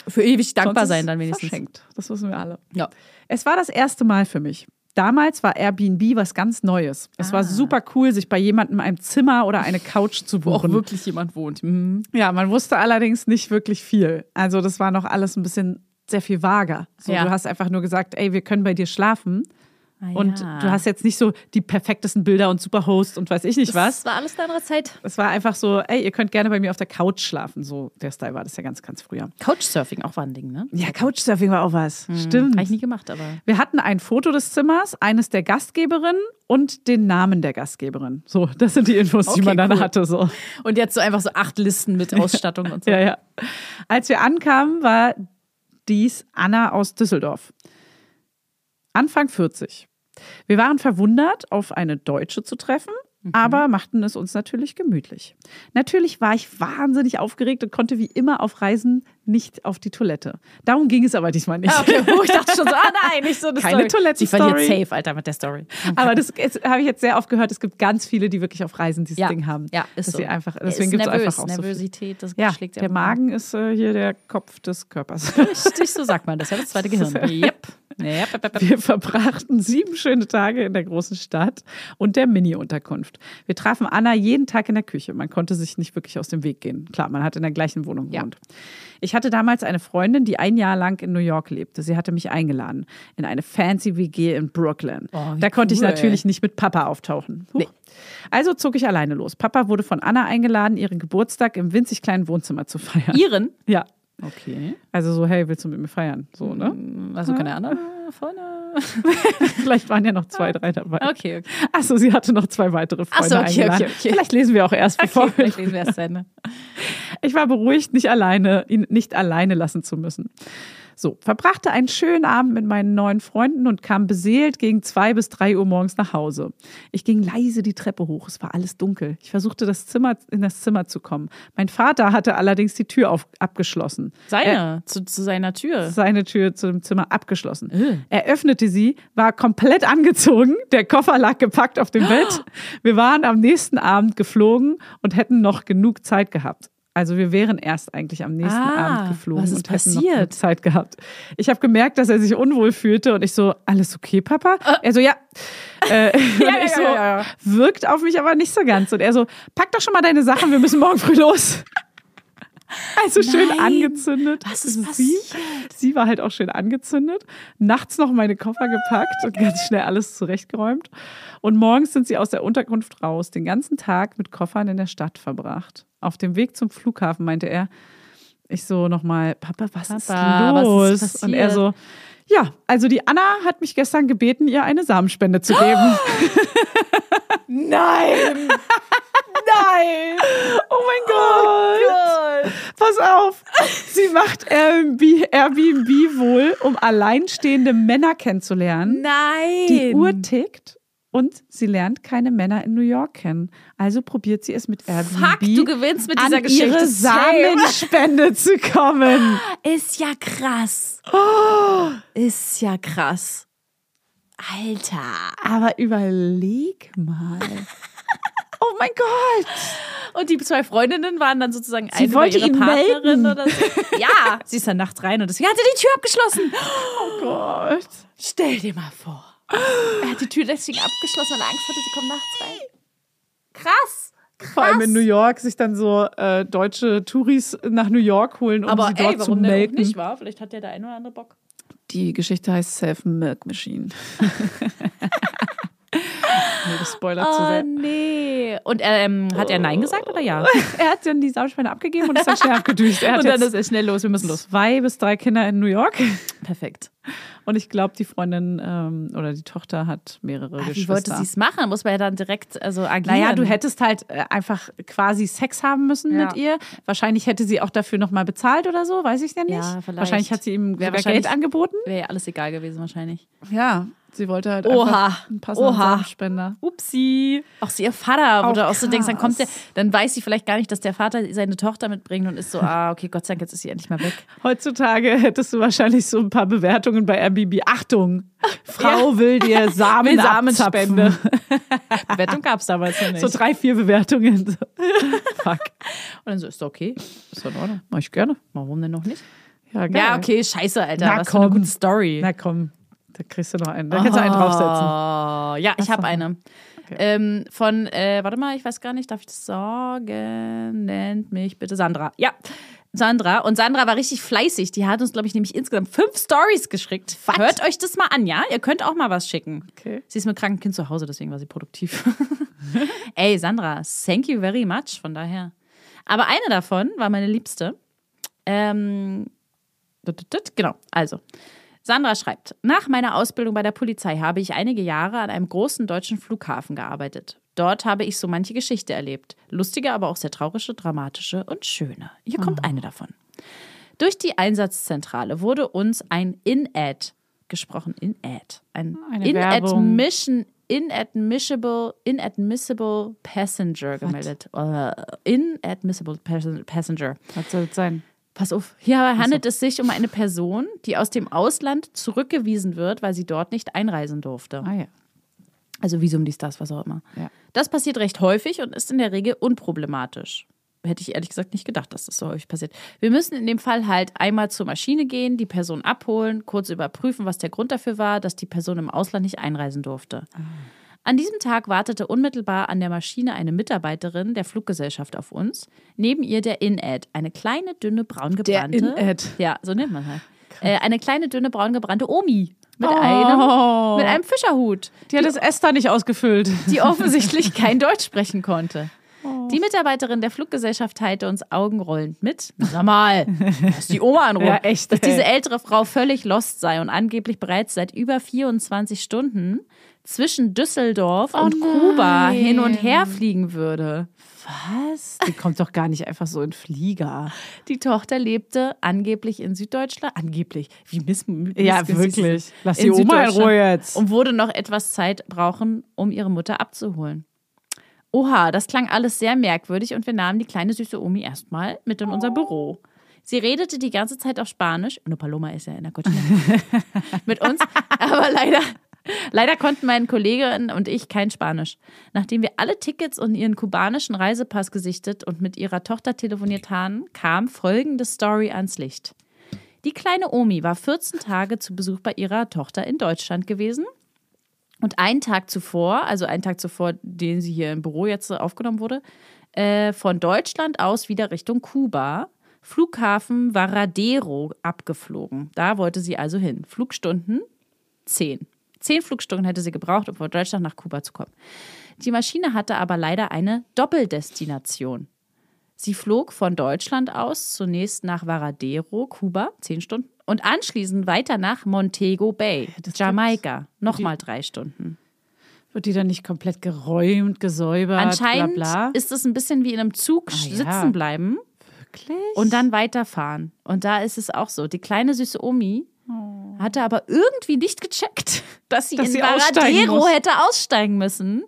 Speaker 1: Für ewig dankbar
Speaker 3: Sonst ist
Speaker 1: sein dann wenigstens.
Speaker 3: Verschenkt. Das wissen wir alle.
Speaker 1: Ja.
Speaker 3: Es war das erste Mal für mich. Damals war Airbnb was ganz Neues. Es
Speaker 1: Ah.
Speaker 3: war super cool, sich bei jemandem ein Zimmer oder eine Couch zu
Speaker 1: Wo auch
Speaker 3: buchen.
Speaker 1: wirklich jemand wohnt. Mhm.
Speaker 3: Ja, man wusste allerdings nicht wirklich viel. Also das war noch alles ein bisschen sehr viel vager. So,
Speaker 1: Ja.
Speaker 3: Du hast einfach nur gesagt, ey, wir können bei dir schlafen.
Speaker 1: Ah,
Speaker 3: Und du hast jetzt nicht so die perfektesten Bilder und Superhost und weiß ich nicht was.
Speaker 1: war alles eine andere Zeit.
Speaker 3: Es war einfach so, ey, ihr könnt gerne bei mir auf der Couch schlafen. So der Style war das ja ganz, ganz früher.
Speaker 1: Couchsurfing auch war ein Ding, ne?
Speaker 3: Ja, Couchsurfing war auch was. Stimmt.
Speaker 1: Habe ich nie gemacht, aber.
Speaker 3: Wir hatten ein Foto des Zimmers, eines der Gastgeberin und den Namen der Gastgeberin. So, das sind die Infos,
Speaker 1: Okay,
Speaker 3: die man dann
Speaker 1: cool.
Speaker 3: hatte. So.
Speaker 1: Und jetzt so einfach so acht Listen mit Ausstattung und so.
Speaker 3: Ja, ja. Als wir ankamen, war dies Anna aus Düsseldorf. Anfang 40. Wir waren verwundert, auf eine Deutsche zu treffen,
Speaker 1: Mhm.
Speaker 3: aber machten es uns natürlich gemütlich. Natürlich war ich wahnsinnig aufgeregt und konnte wie immer auf Reisen nicht auf die Toilette. Darum ging es aber diesmal nicht.
Speaker 1: Ah, okay, oh, ich dachte schon so, ah nein, nicht so eine
Speaker 3: Keine
Speaker 1: Story.
Speaker 3: Toilettenstory.
Speaker 1: Ich war jetzt safe, Alter, mit der Story.
Speaker 3: Aber das jetzt habe ich jetzt sehr oft gehört. Es gibt ganz viele, die wirklich auf Reisen dieses
Speaker 1: Ja,
Speaker 3: Ding haben.
Speaker 1: ja, ist
Speaker 3: dass
Speaker 1: so.
Speaker 3: sie einfach,
Speaker 1: Er ist
Speaker 3: deswegen gibt es
Speaker 1: nervös.
Speaker 3: einfach auch so viel.
Speaker 1: Nervosität, das
Speaker 3: Ja,
Speaker 1: schlägt
Speaker 3: der
Speaker 1: immer.
Speaker 3: Magen ist äh, hier der Kopf des Körpers.
Speaker 1: Richtig, so sagt man das, ja, das zweite Gehirn. Yep. Yep, yep, yep, yep.
Speaker 3: Wir verbrachten sieben schöne Tage in der großen Stadt und der Mini-Unterkunft. Wir trafen Anna jeden Tag in der Küche. Man konnte sich nicht wirklich aus dem Weg gehen. Klar, man hat in der gleichen Wohnung
Speaker 1: Ja.
Speaker 3: gewohnt. Ich hatte damals eine Freundin, die ein Jahr lang in New York lebte. Sie hatte mich eingeladen in eine fancy WG in Brooklyn.
Speaker 1: Oh, wie
Speaker 3: da konnte ich
Speaker 1: cool.
Speaker 3: natürlich nicht mit Papa auftauchen. Huch.
Speaker 1: Nee.
Speaker 3: Also zog ich alleine los. Papa wurde von Anna eingeladen, ihren Geburtstag im winzig kleinen Wohnzimmer zu feiern.
Speaker 1: Iren.
Speaker 3: Ja.
Speaker 1: Okay.
Speaker 3: Also so, hey, willst du mit mir feiern? So, ne?
Speaker 1: Also keine andere vorne.
Speaker 3: Vielleicht waren ja noch zwei, drei dabei.
Speaker 1: Okay, okay.
Speaker 3: Achso, sie hatte noch zwei weitere
Speaker 1: Ach
Speaker 3: Freunde
Speaker 1: so, okay,
Speaker 3: eingeladen.
Speaker 1: okay, okay.
Speaker 3: Vielleicht lesen wir auch erst, bevor wir
Speaker 1: Vielleicht lesen wir erst zu Ende.
Speaker 3: ich war beruhigt, nicht alleine, ihn nicht alleine lassen zu müssen. So, verbrachte einen schönen Abend mit meinen neuen Freunden und kam beseelt gegen zwei bis drei Uhr morgens nach Hause. Ich ging leise die Treppe hoch. Es war alles dunkel. Ich versuchte, das Zimmer, in das Zimmer zu kommen. Mein Vater hatte allerdings die Tür auf, abgeschlossen.
Speaker 1: Seine, zu, zu seiner Tür.
Speaker 3: Seine Tür zu dem Zimmer abgeschlossen.
Speaker 1: Äh.
Speaker 3: Er öffnete sie, war komplett angezogen, der Koffer lag gepackt auf
Speaker 1: Ah.
Speaker 3: dem Bett. Wir waren am nächsten Abend geflogen und hätten noch genug Zeit gehabt. Also wir wären erst eigentlich am nächsten
Speaker 1: Ah,
Speaker 3: Abend geflogen
Speaker 1: was ist
Speaker 3: und hätten noch genug
Speaker 1: passiert?
Speaker 3: Zeit gehabt. Ich habe gemerkt, dass er sich unwohl fühlte und ich so, alles okay, Papa? Er so, ja.
Speaker 1: Ah.
Speaker 3: Äh, und
Speaker 1: ja,
Speaker 3: ich so,
Speaker 1: ja, ja, ja.
Speaker 3: wirkt auf mich aber nicht so ganz. Und er so, pack doch schon mal deine Sachen, wir müssen morgen früh los. Also schön
Speaker 1: Nein.
Speaker 3: angezündet.
Speaker 1: Was ist
Speaker 3: Also sie- Sie war halt auch schön angezündet. Nachts noch meine Koffer gepackt und ganz schnell alles zurechtgeräumt. Und morgens sind sie aus der Unterkunft raus, den ganzen Tag mit Koffern in der Stadt verbracht. Auf dem Weg zum Flughafen meinte er, ich so nochmal, Papa, was
Speaker 1: Papa,
Speaker 3: ist
Speaker 1: was
Speaker 3: los?
Speaker 1: ist passiert?
Speaker 3: und er so, ja, also die Anna hat mich gestern gebeten, ihr eine Samenspende zu geben.
Speaker 1: Nein! Nein!
Speaker 3: Oh mein Gott!
Speaker 1: Gott.
Speaker 3: Pass auf! Sie macht Airbnb, Airbnb wohl, um alleinstehende Männer kennenzulernen.
Speaker 1: Nein!
Speaker 3: Die Uhr tickt und sie lernt keine Männer in New York kennen. Also probiert sie es mit Airbnb.
Speaker 1: Fuck, du gewinnst mit dieser
Speaker 3: an ihre
Speaker 1: Geschichte. Safe.
Speaker 3: Samenspende zu kommen.
Speaker 1: Ist ja krass. Oh. Ist ja krass. Alter.
Speaker 3: Aber überleg mal. Oh mein Gott.
Speaker 1: Und die zwei Freundinnen waren dann sozusagen eine
Speaker 3: wollte
Speaker 1: über ihre
Speaker 3: ihn
Speaker 1: Partnerin
Speaker 3: melden.
Speaker 1: oder so. Ja, sie ist dann nachts rein und deswegen hat er die Tür abgeschlossen.
Speaker 3: Gott.
Speaker 1: Stell dir mal vor. Er hat die Tür deswegen abgeschlossen, weil er Angst hatte, sie kommen nachts rein. Krass. Krass.
Speaker 3: Vor allem in New York sich dann so äh, deutsche Touris nach New York holen, um
Speaker 1: Aber
Speaker 3: sie dort
Speaker 1: ey,
Speaker 3: zu
Speaker 1: warum denn auch
Speaker 3: melden.
Speaker 1: nicht war? Vielleicht hat der da ein oder andere Bock.
Speaker 3: Die Geschichte heißt Self-Milk Machine. nee, das spoilert zu
Speaker 1: Oh
Speaker 3: sehr.
Speaker 1: nee. Und ähm, hat er Nein gesagt oder ja?
Speaker 3: Er hat dann die Sauerschweine abgegeben und ist dann schnell abgedüst. Er hat
Speaker 1: Und dann
Speaker 3: jetzt
Speaker 1: ist er schnell los, wir müssen los.
Speaker 3: zwei bis drei Kinder in New York.
Speaker 1: Perfekt.
Speaker 3: Und ich glaube, die Freundin ähm, oder die Tochter hat mehrere
Speaker 1: Ah, Wie
Speaker 3: Geschwister.
Speaker 1: wollte sie es machen? Muss man ja dann direkt also agieren.
Speaker 3: Naja, du hättest halt äh, einfach quasi Sex haben müssen
Speaker 1: Ja.
Speaker 3: mit ihr. Wahrscheinlich hätte sie auch dafür nochmal bezahlt oder so, weiß ich ja nicht.
Speaker 1: Ja, vielleicht.
Speaker 3: Wahrscheinlich hat sie ihm
Speaker 1: Wär
Speaker 3: sogar
Speaker 1: wahrscheinlich-
Speaker 3: Geld angeboten.
Speaker 1: Wäre ja alles egal gewesen wahrscheinlich.
Speaker 3: Ja, sie wollte halt
Speaker 1: Oha.
Speaker 3: einfach einen passenden
Speaker 1: Oha.
Speaker 3: Samenspender.
Speaker 1: Upsi. Auch so ihr Vater, wo
Speaker 3: Auch
Speaker 1: du auch so denkst, dann kommt der,
Speaker 3: krass.
Speaker 1: dann weiß sie vielleicht gar nicht, dass der Vater seine Tochter mitbringt und ist so, ah, okay, Gott sei Dank, jetzt ist sie endlich mal weg.
Speaker 3: Heutzutage hättest du wahrscheinlich so ein paar Bewertungen bei Airbnb. Achtung, Frau will dir Samen
Speaker 1: Will Samen
Speaker 3: Samenspende.
Speaker 1: Wettung gab es damals noch nicht.
Speaker 3: So drei, vier Bewertungen. So. Fuck.
Speaker 1: und dann so, ist doch okay, ist doch in Ordnung.
Speaker 3: Mach ich gerne.
Speaker 1: Warum denn noch nicht?
Speaker 3: Ja, geil.
Speaker 1: Ja, okay, scheiße, Alter,
Speaker 3: Na
Speaker 1: was für eine
Speaker 3: komm.
Speaker 1: gute Story.
Speaker 3: Na komm, da kriegst du noch einen. Da kannst du einen draufsetzen.
Speaker 1: Oh, ja, ich
Speaker 3: Ach so.
Speaker 1: habe eine.
Speaker 3: Okay.
Speaker 1: Ähm, von, äh, warte mal, ich weiß gar nicht, darf ich das sagen? Nennt mich bitte Sandra. Ja, Sandra. Und Sandra war richtig fleißig. Die hat uns, glaube ich, nämlich insgesamt fünf Stories geschickt. Hört euch das mal an, ja? Ihr könnt auch mal was schicken.
Speaker 3: Okay.
Speaker 1: Sie ist mit krankem Kind zu Hause, deswegen war sie produktiv. Ey, Sandra, thank you very much, von daher. Aber eine davon war meine liebste. Ähm, Tut, tut, tut. Genau, also. Sandra schreibt, nach meiner Ausbildung bei der Polizei habe ich einige Jahre an einem großen deutschen Flughafen gearbeitet. Dort habe ich so manche Geschichte erlebt. Lustige, aber auch sehr traurische, dramatische und schöne. Hier kommt
Speaker 3: Ah.
Speaker 1: eine davon. Durch die Einsatzzentrale wurde uns ein In-Ad gesprochen. In-Ad. Ein
Speaker 3: Ah, Eine Werbung.
Speaker 1: Inadmission, inadmissible, inadmissible Passenger gemeldet. Äh, inadmissible Passen- Passenger.
Speaker 3: Was soll das sein?
Speaker 1: Pass auf, hier handelt es sich um eine Person, die aus dem Ausland zurückgewiesen wird, weil sie dort nicht einreisen durfte.
Speaker 3: Ah ja.
Speaker 1: Also Visum, dies, das, was auch immer.
Speaker 3: Ja.
Speaker 1: Das passiert recht häufig und ist in der Regel unproblematisch. Hätte ich ehrlich gesagt nicht gedacht, dass das so häufig passiert. Wir müssen in dem Fall halt einmal zur Maschine gehen, die Person abholen, kurz überprüfen, was der Grund dafür war, dass die Person im Ausland nicht einreisen durfte.
Speaker 3: Ah.
Speaker 1: An diesem Tag wartete unmittelbar an der Maschine eine Mitarbeiterin der Fluggesellschaft auf uns. Neben ihr der In-Ad, eine kleine, dünne, braun gebrannte.
Speaker 3: In-Ad.
Speaker 1: Ja, so nennt man halt. Äh, eine kleine, dünne, braun gebrannte Omi. Mit,
Speaker 3: Oh.
Speaker 1: einem, mit einem Fischerhut
Speaker 3: Die hat das Ester nicht ausgefüllt.
Speaker 1: die offensichtlich kein Deutsch sprechen konnte. Die Mitarbeiterin der Fluggesellschaft teilte uns augenrollend mit. Sag mal, dass die Oma anruft.
Speaker 3: Ja, echt,
Speaker 1: dass
Speaker 3: ey.
Speaker 1: diese ältere Frau völlig lost sei und angeblich bereits seit über 24 Stunden zwischen Düsseldorf
Speaker 3: Oh
Speaker 1: und Kuba hin und her fliegen würde.
Speaker 3: Was? Die kommt doch gar nicht einfach so in Flieger.
Speaker 1: Die Tochter lebte angeblich in Süddeutschland. Angeblich. Wie miss
Speaker 3: Ja,
Speaker 1: miss-
Speaker 3: wirklich. Lass
Speaker 1: in
Speaker 3: die Oma in
Speaker 1: Süddeutschland
Speaker 3: Ruhe jetzt.
Speaker 1: Und würde noch etwas Zeit brauchen, um ihre Mutter abzuholen. Oha, das klang alles sehr merkwürdig und wir nahmen die kleine süße Omi erstmal mit in unser Büro. Sie redete die ganze Zeit auf Spanisch. Una Paloma ist ja in der Kotine. mit uns, aber leider. Leider konnten meine Kollegin und ich kein Spanisch. Nachdem wir alle Tickets und ihren kubanischen Reisepass gesichtet und mit ihrer Tochter telefoniert haben, kam folgende Story ans Licht. Die kleine Omi war 14 Tage zu Besuch bei ihrer Tochter in Deutschland gewesen. Und einen Tag zuvor, also einen Tag zuvor, den sie hier im Büro jetzt äh, aufgenommen wurde, äh, von Deutschland aus wieder Richtung Kuba, Flughafen Varadero abgeflogen. Da wollte sie also hin. Flugstunden zehn. Zehn Flugstunden hätte sie gebraucht, um von Deutschland nach Kuba zu kommen. Die Maschine hatte aber leider eine Doppeldestination. Sie flog von Deutschland aus zunächst nach Varadero, Kuba, zehn Stunden, und anschließend weiter nach Montego Bay,
Speaker 3: das
Speaker 1: Jamaika, nochmal drei Stunden.
Speaker 3: Wird die dann nicht komplett geräumt, gesäubert,
Speaker 1: Anscheinend
Speaker 3: bla bla?
Speaker 1: ist es ein bisschen wie in einem Zug sch-
Speaker 3: ja.
Speaker 1: sitzen bleiben
Speaker 3: Wirklich?
Speaker 1: und dann weiterfahren. Und da ist es auch so. Die kleine süße Omi hatte aber irgendwie nicht gecheckt, dass sie
Speaker 3: Oh. Dass
Speaker 1: in
Speaker 3: sie aussteigen
Speaker 1: Varadero
Speaker 3: muss.
Speaker 1: hätte aussteigen müssen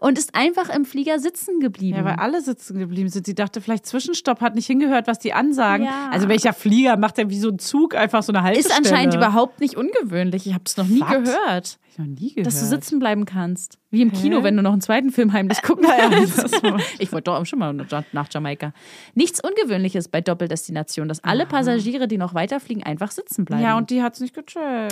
Speaker 1: und ist einfach im Flieger sitzen geblieben.
Speaker 3: Ja, weil alle sitzen geblieben sind. Sie dachte, vielleicht Zwischenstopp, hat nicht hingehört, was die ansagen.
Speaker 1: Ja.
Speaker 3: Also welcher Flieger macht denn wie so ein Zug einfach so eine
Speaker 1: ist
Speaker 3: Haltestelle?
Speaker 1: anscheinend überhaupt nicht ungewöhnlich. Ich habe es noch nie
Speaker 3: Was?
Speaker 1: gehört,
Speaker 3: Hab ich noch nie gehört. Äh,
Speaker 1: dass du sitzen bleiben kannst. Wie im Kino, wenn du noch einen zweiten Film heimlich gucken willst. Ich wollte doch schon mal nach Jamaika. Nichts Ungewöhnliches bei Doppeldestinationen, dass alle Passagiere, die noch weiterfliegen, einfach sitzen bleiben.
Speaker 3: Ja, und die hat's nicht gecheckt.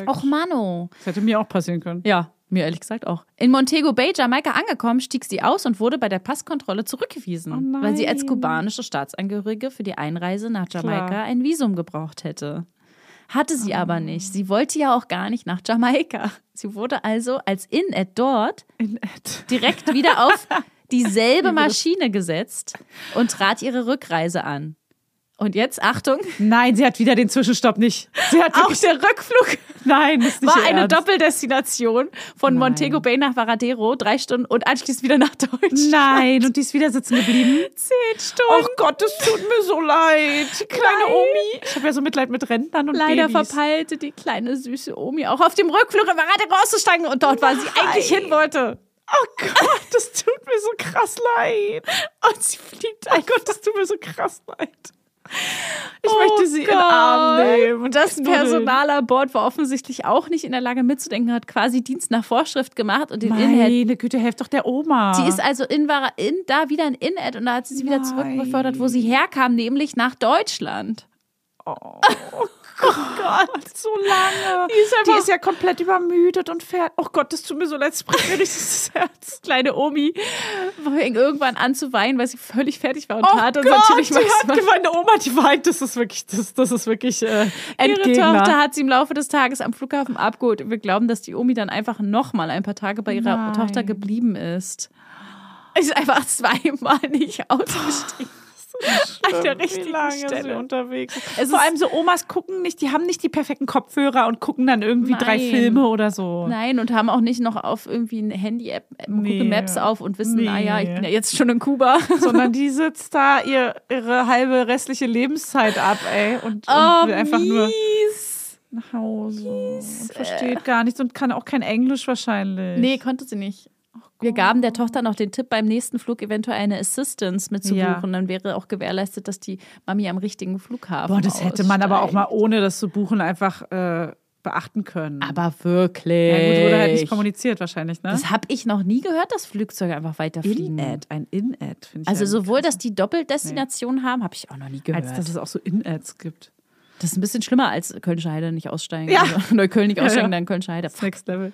Speaker 1: Och, Mano.
Speaker 3: Das hätte mir auch passieren können.
Speaker 1: Ja, mir ehrlich gesagt auch. In Montego Bay, Jamaika angekommen, stieg sie aus und wurde bei der Passkontrolle zurückgewiesen,
Speaker 3: nein.
Speaker 1: weil sie als kubanische Staatsangehörige für die Einreise nach Jamaika
Speaker 3: Klar.
Speaker 1: ein Visum gebraucht hätte. Hatte sie aber nicht. Sie wollte ja auch gar nicht nach Jamaika. Sie wurde also als In-Ad dort
Speaker 3: In Ed.
Speaker 1: direkt wieder auf dieselbe Maschine gesetzt und trat ihre Rückreise an. Und jetzt, Achtung,
Speaker 3: Nein, sie hat wieder den Zwischenstopp nicht. Sie hat
Speaker 1: auch
Speaker 3: wirklich-
Speaker 1: der Rückflug
Speaker 3: Nein, das ist nicht
Speaker 1: war
Speaker 3: ihr
Speaker 1: eine
Speaker 3: Ernst.
Speaker 1: Doppeldestination von Montego Bay nach Varadero, drei Stunden und anschließend wieder nach Deutschland.
Speaker 3: Nein, und die ist wieder sitzen geblieben.
Speaker 1: Zehn Stunden.
Speaker 3: Oh Gott, es tut mir so leid. Die Kleine
Speaker 1: Nein.
Speaker 3: Omi. Ich habe ja so Mitleid mit Rentnern und
Speaker 1: Leider
Speaker 3: Oh, Babys.
Speaker 1: verpeilte die kleine süße Omi auch auf dem Rückflug in Varadero auszusteigen und dort, war sie eigentlich hin wollte.
Speaker 3: Oh Gott, das tut mir so krass leid.
Speaker 1: Und sie fliegt
Speaker 3: Oh Gott, das tut mir so krass leid. Ich
Speaker 1: Oh
Speaker 3: möchte sie in den Arm
Speaker 1: Gott.
Speaker 3: nehmen. und
Speaker 1: Das
Speaker 3: knuddeln.
Speaker 1: Personal an Bord war offensichtlich auch nicht in der Lage mitzudenken, hat quasi Dienst nach Vorschrift gemacht und den Inhalt.
Speaker 3: Meine Güte, helft doch der Oma.
Speaker 1: Sie ist also in, war in da wieder in Inad und da hat sie sie wieder
Speaker 3: Nein.
Speaker 1: zurückbefördert, wo sie herkam, nämlich nach Deutschland.
Speaker 3: Gott, so lange.
Speaker 1: Die ist einfach-
Speaker 3: ja komplett übermüdet und fährt. Oh Gott, das tut mir so leid. Es bricht mir richtig das Herz.
Speaker 1: Kleine Omi fing irgendwann an zu weinen, weil sie völlig fertig war und
Speaker 3: Oh
Speaker 1: tat
Speaker 3: Gott,
Speaker 1: und natürlich
Speaker 3: die
Speaker 1: maximal.
Speaker 3: hat meine Oma, die weint. Das ist wirklich, das, das ist wirklich äh,
Speaker 1: Ihre
Speaker 3: Endgegner.
Speaker 1: Tochter hat sie im Laufe des Tages am Flughafen abgeholt. Und wir glauben, dass die Omi dann einfach nochmal ein paar Tage bei ihrer
Speaker 3: Nein.
Speaker 1: Tochter geblieben ist. Ist einfach zweimal nicht ausgestiegen.
Speaker 3: an
Speaker 1: der richtigen Stelle.
Speaker 3: unterwegs.
Speaker 1: Es
Speaker 3: Vor
Speaker 1: ist-
Speaker 3: allem so Omas gucken nicht, die haben nicht die perfekten Kopfhörer und gucken dann irgendwie drei
Speaker 1: Nein.
Speaker 3: Filme oder so.
Speaker 1: Nein, und haben auch nicht noch auf irgendwie eine Handy-App, äh,
Speaker 3: Nee.
Speaker 1: Google Maps auf und wissen,
Speaker 3: Nee.
Speaker 1: ah ja, ich bin ja jetzt schon in Kuba.
Speaker 3: Sondern die sitzt da ihr, ihre halbe restliche Lebenszeit ab, ey. Und, und will einfach nur
Speaker 1: Oh, mies.
Speaker 3: nach Hause. Und versteht gar nichts und kann auch kein Englisch wahrscheinlich.
Speaker 1: Nee, konnte sie nicht. Wir gaben der Tochter noch den Tipp, beim nächsten Flug eventuell eine Assistance mitzubuchen.
Speaker 3: Ja.
Speaker 1: Dann wäre auch gewährleistet, dass die Mami am richtigen Flughafen
Speaker 3: Boah, das hätte man aber auch mal
Speaker 1: aussteigt.
Speaker 3: ohne das zu buchen einfach äh, beachten können.
Speaker 1: Aber wirklich.
Speaker 3: ja, gut, wurde halt nicht kommuniziert wahrscheinlich, ne?
Speaker 1: Das habe ich noch nie gehört, dass Flugzeuge einfach weiterfliegen.
Speaker 3: ein In-Ad, finde ich.
Speaker 1: Also
Speaker 3: ja
Speaker 1: sowohl, dass die Doppeldestination haben, habe ich auch noch nie
Speaker 3: krass,
Speaker 1: gehört.
Speaker 3: als dass es auch so In-Ads gibt.
Speaker 1: das ist ein bisschen schlimmer als Köln-Scheide nicht aussteigen.
Speaker 3: Ja.
Speaker 1: Also Neukölln nicht
Speaker 3: Ja,
Speaker 1: aussteigen,
Speaker 3: ja.
Speaker 1: dann Köln-Scheide.
Speaker 3: Das Next Level.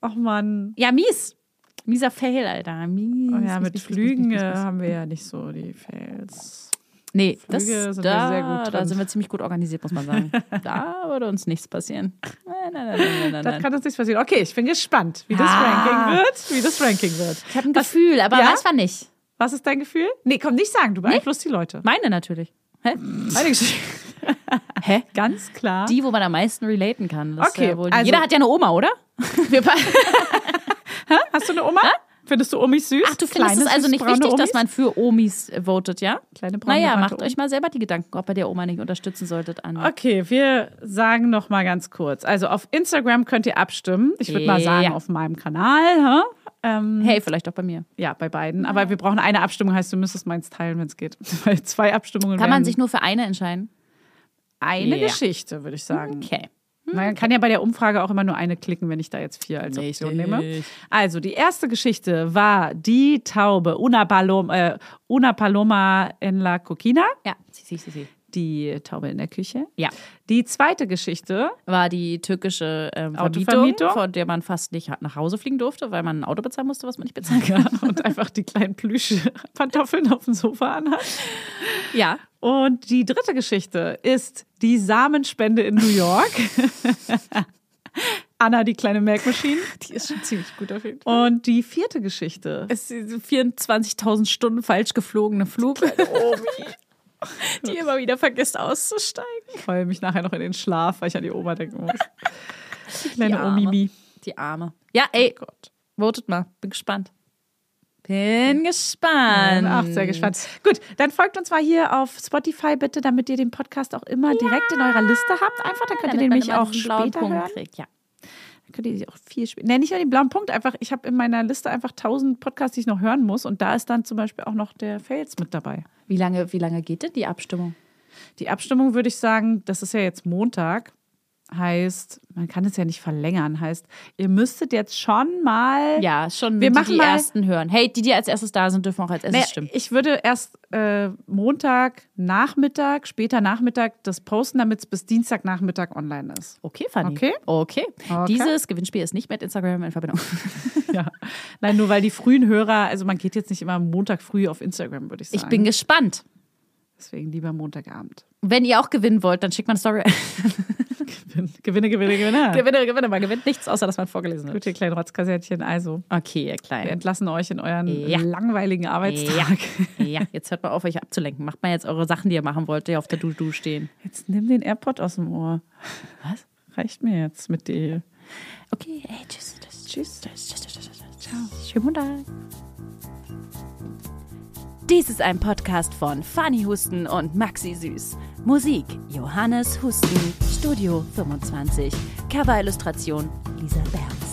Speaker 3: Ach man.
Speaker 1: Ja, mies. Mieser Fail, Alter. Mies.
Speaker 3: Oh ja,
Speaker 1: mies,
Speaker 3: mit
Speaker 1: mies, mies,
Speaker 3: Flügen
Speaker 1: mies, mies,
Speaker 3: äh,
Speaker 1: mies.
Speaker 3: haben wir ja nicht Oh so die Fails.
Speaker 1: Nee,
Speaker 3: Flüge
Speaker 1: das,
Speaker 3: sind wir
Speaker 1: da,
Speaker 3: sehr gut
Speaker 1: da
Speaker 3: drin.
Speaker 1: sind wir ziemlich gut organisiert, muss man sagen. da würde uns nichts passieren. Nein, nein, nein, nein, nein,
Speaker 3: Das
Speaker 1: nein.
Speaker 3: kann uns nicht passieren. Okay, ich bin gespannt, wie das
Speaker 1: Ah.
Speaker 3: Ranking wird. Wie das Ranking wird.
Speaker 1: Ich habe ein Gefühl, aber
Speaker 3: Ja?
Speaker 1: weiß man nicht.
Speaker 3: Was ist dein Gefühl? Nee, komm, nicht sagen, du beeinflusst die Leute.
Speaker 1: Meine natürlich. Hä?
Speaker 3: Meine Geschichte.
Speaker 1: Hä?
Speaker 3: Ganz klar.
Speaker 1: Die, wo man am meisten relaten kann. Das ist
Speaker 3: Okay,
Speaker 1: ja wohl
Speaker 3: also-
Speaker 1: jeder hat ja eine Oma, oder? Wir be-
Speaker 3: Hast du eine Oma? Findest du Omis süß?
Speaker 1: Ach, du findest es also nicht wichtig, dass man für Omis äh, votet, ja?
Speaker 3: Kleine braune,
Speaker 1: Naja,
Speaker 3: rante
Speaker 1: macht
Speaker 3: Omi.
Speaker 1: euch mal selber die Gedanken, ob ihr der Oma nicht unterstützen solltet an.
Speaker 3: Okay, wir sagen noch mal ganz kurz. Also auf Instagram könnt ihr abstimmen. Ich würde mal sagen,
Speaker 1: Ja.
Speaker 3: auf meinem Kanal. Hä? Ähm,
Speaker 1: Hey, vielleicht auch bei mir.
Speaker 3: Ja, bei beiden. Aber wir brauchen eine Abstimmung, heißt, du müsstest meins teilen, wenn es geht. Weil zwei Abstimmungen
Speaker 1: Kann
Speaker 3: wären
Speaker 1: man sich nur für eine entscheiden?
Speaker 3: eine
Speaker 1: Ja.
Speaker 3: Geschichte, würde ich sagen.
Speaker 1: Okay.
Speaker 3: Man kann ja bei der Umfrage auch immer nur eine klicken, wenn ich da jetzt vier als Option
Speaker 1: Richtig.
Speaker 3: nehme. Also die erste Geschichte war die Taube Una Paloma, äh, Una Paloma en la Coquina,
Speaker 1: Ja, sie, sie, sie, sie.
Speaker 3: die Taube in der Küche.
Speaker 1: Ja.
Speaker 3: Die zweite Geschichte
Speaker 1: War die türkische ähm, Vermietung,
Speaker 3: Autovermietung?
Speaker 1: von der man fast nicht ha- nach Hause fliegen durfte, weil man ein Auto bezahlen musste, was man nicht bezahlen kann.
Speaker 3: und einfach die kleinen Plüschpantoffeln auf dem Sofa anhat.
Speaker 1: Ja.
Speaker 3: Und die dritte Geschichte ist die Samenspende in New York. Anna, die kleine Milk Machine.
Speaker 1: Die ist schon ziemlich gut auf jeden Fall.
Speaker 3: Und die vierte Geschichte.
Speaker 1: Es sind 24.000 Stunden falsch geflogene Flug. die immer wieder vergisst auszusteigen.
Speaker 3: Ich heule mich nachher noch in den Schlaf, weil ich an die Oma denken muss. Die kleine
Speaker 1: Die Arme.
Speaker 3: Omimi. Oh
Speaker 1: Die Arme. Ja, ey, votet mal. Bin gespannt. Bin gespannt.
Speaker 3: Ähm, Ach, sehr gespannt. Gut, dann folgt uns mal hier auf Spotify bitte, damit ihr den Podcast auch immer direkt in eurer Liste habt. Einfach, dann könnt ihr
Speaker 1: Damit
Speaker 3: den
Speaker 1: man
Speaker 3: nämlich
Speaker 1: immer
Speaker 3: auch
Speaker 1: diesen blauen
Speaker 3: später
Speaker 1: Punkt
Speaker 3: hören.
Speaker 1: kriegt. Ja.
Speaker 3: könnt ihr sie auch viel spielen. Nee, nicht nur den blauen Punkt, einfach, ich habe in meiner Liste einfach 1000 Podcasts, die ich noch hören muss. Und da ist dann zum Beispiel auch noch der Fails mit dabei.
Speaker 1: Wie lange, wie lange geht denn die Abstimmung?
Speaker 3: Die Abstimmung würde ich sagen, das ist ja jetzt Montag, heißt, man kann es ja nicht verlängern, heißt, ihr müsstet jetzt schon mal.
Speaker 1: Ja, schon
Speaker 3: Wir
Speaker 1: die,
Speaker 3: machen
Speaker 1: die
Speaker 3: mal-
Speaker 1: ersten hören. Hey, die, die als erstes da sind, dürfen auch als erstes
Speaker 3: Naja,
Speaker 1: stimmen.
Speaker 3: ich würde erst äh, Montag Nachmittag, später Nachmittag das posten, damit es bis Dienstagnachmittag online ist.
Speaker 1: Okay, Fanny.
Speaker 3: Okay.
Speaker 1: okay.
Speaker 3: Okay.
Speaker 1: Dieses Gewinnspiel ist nicht mit Instagram in Verbindung.
Speaker 3: Ja. Nein, nur weil die frühen Hörer, also man geht jetzt nicht immer Montag früh auf Instagram, würde ich sagen.
Speaker 1: Ich bin gespannt.
Speaker 3: Deswegen lieber Montagabend.
Speaker 1: Wenn ihr auch gewinnen wollt, dann schickt mal eine Story.
Speaker 3: Gewinne, Gewinne, Gewinne.
Speaker 1: Gewinne, gewinne, man gewinnt nichts, außer dass man vorgelesen
Speaker 3: Gut,
Speaker 1: wird.
Speaker 3: ihr kleinen Rotzkassettchen. Also,
Speaker 1: Okay, ihr
Speaker 3: wir
Speaker 1: Kleinen.
Speaker 3: entlassen euch in euren
Speaker 1: Ja.
Speaker 3: langweiligen Arbeitstag.
Speaker 1: Ja, jetzt hört mal auf, euch abzulenken. Macht mal jetzt eure Sachen, die ihr machen wollt, die auf der Du-Du stehen.
Speaker 3: Jetzt nimm den AirPod aus dem Ohr. Was? Reicht mir jetzt mit E. dir.
Speaker 1: Okay, ey, tschüss. Tschüss.
Speaker 3: Tschüss.
Speaker 1: tschüss, tschüss, tschüss, tschüss. Ciao. Schönen Montag. Dies ist ein Podcast von Fanny Husten und Maxi Süß. Musik Johannes Husten, Studio 25. Cover-Illustration Lisa Berns.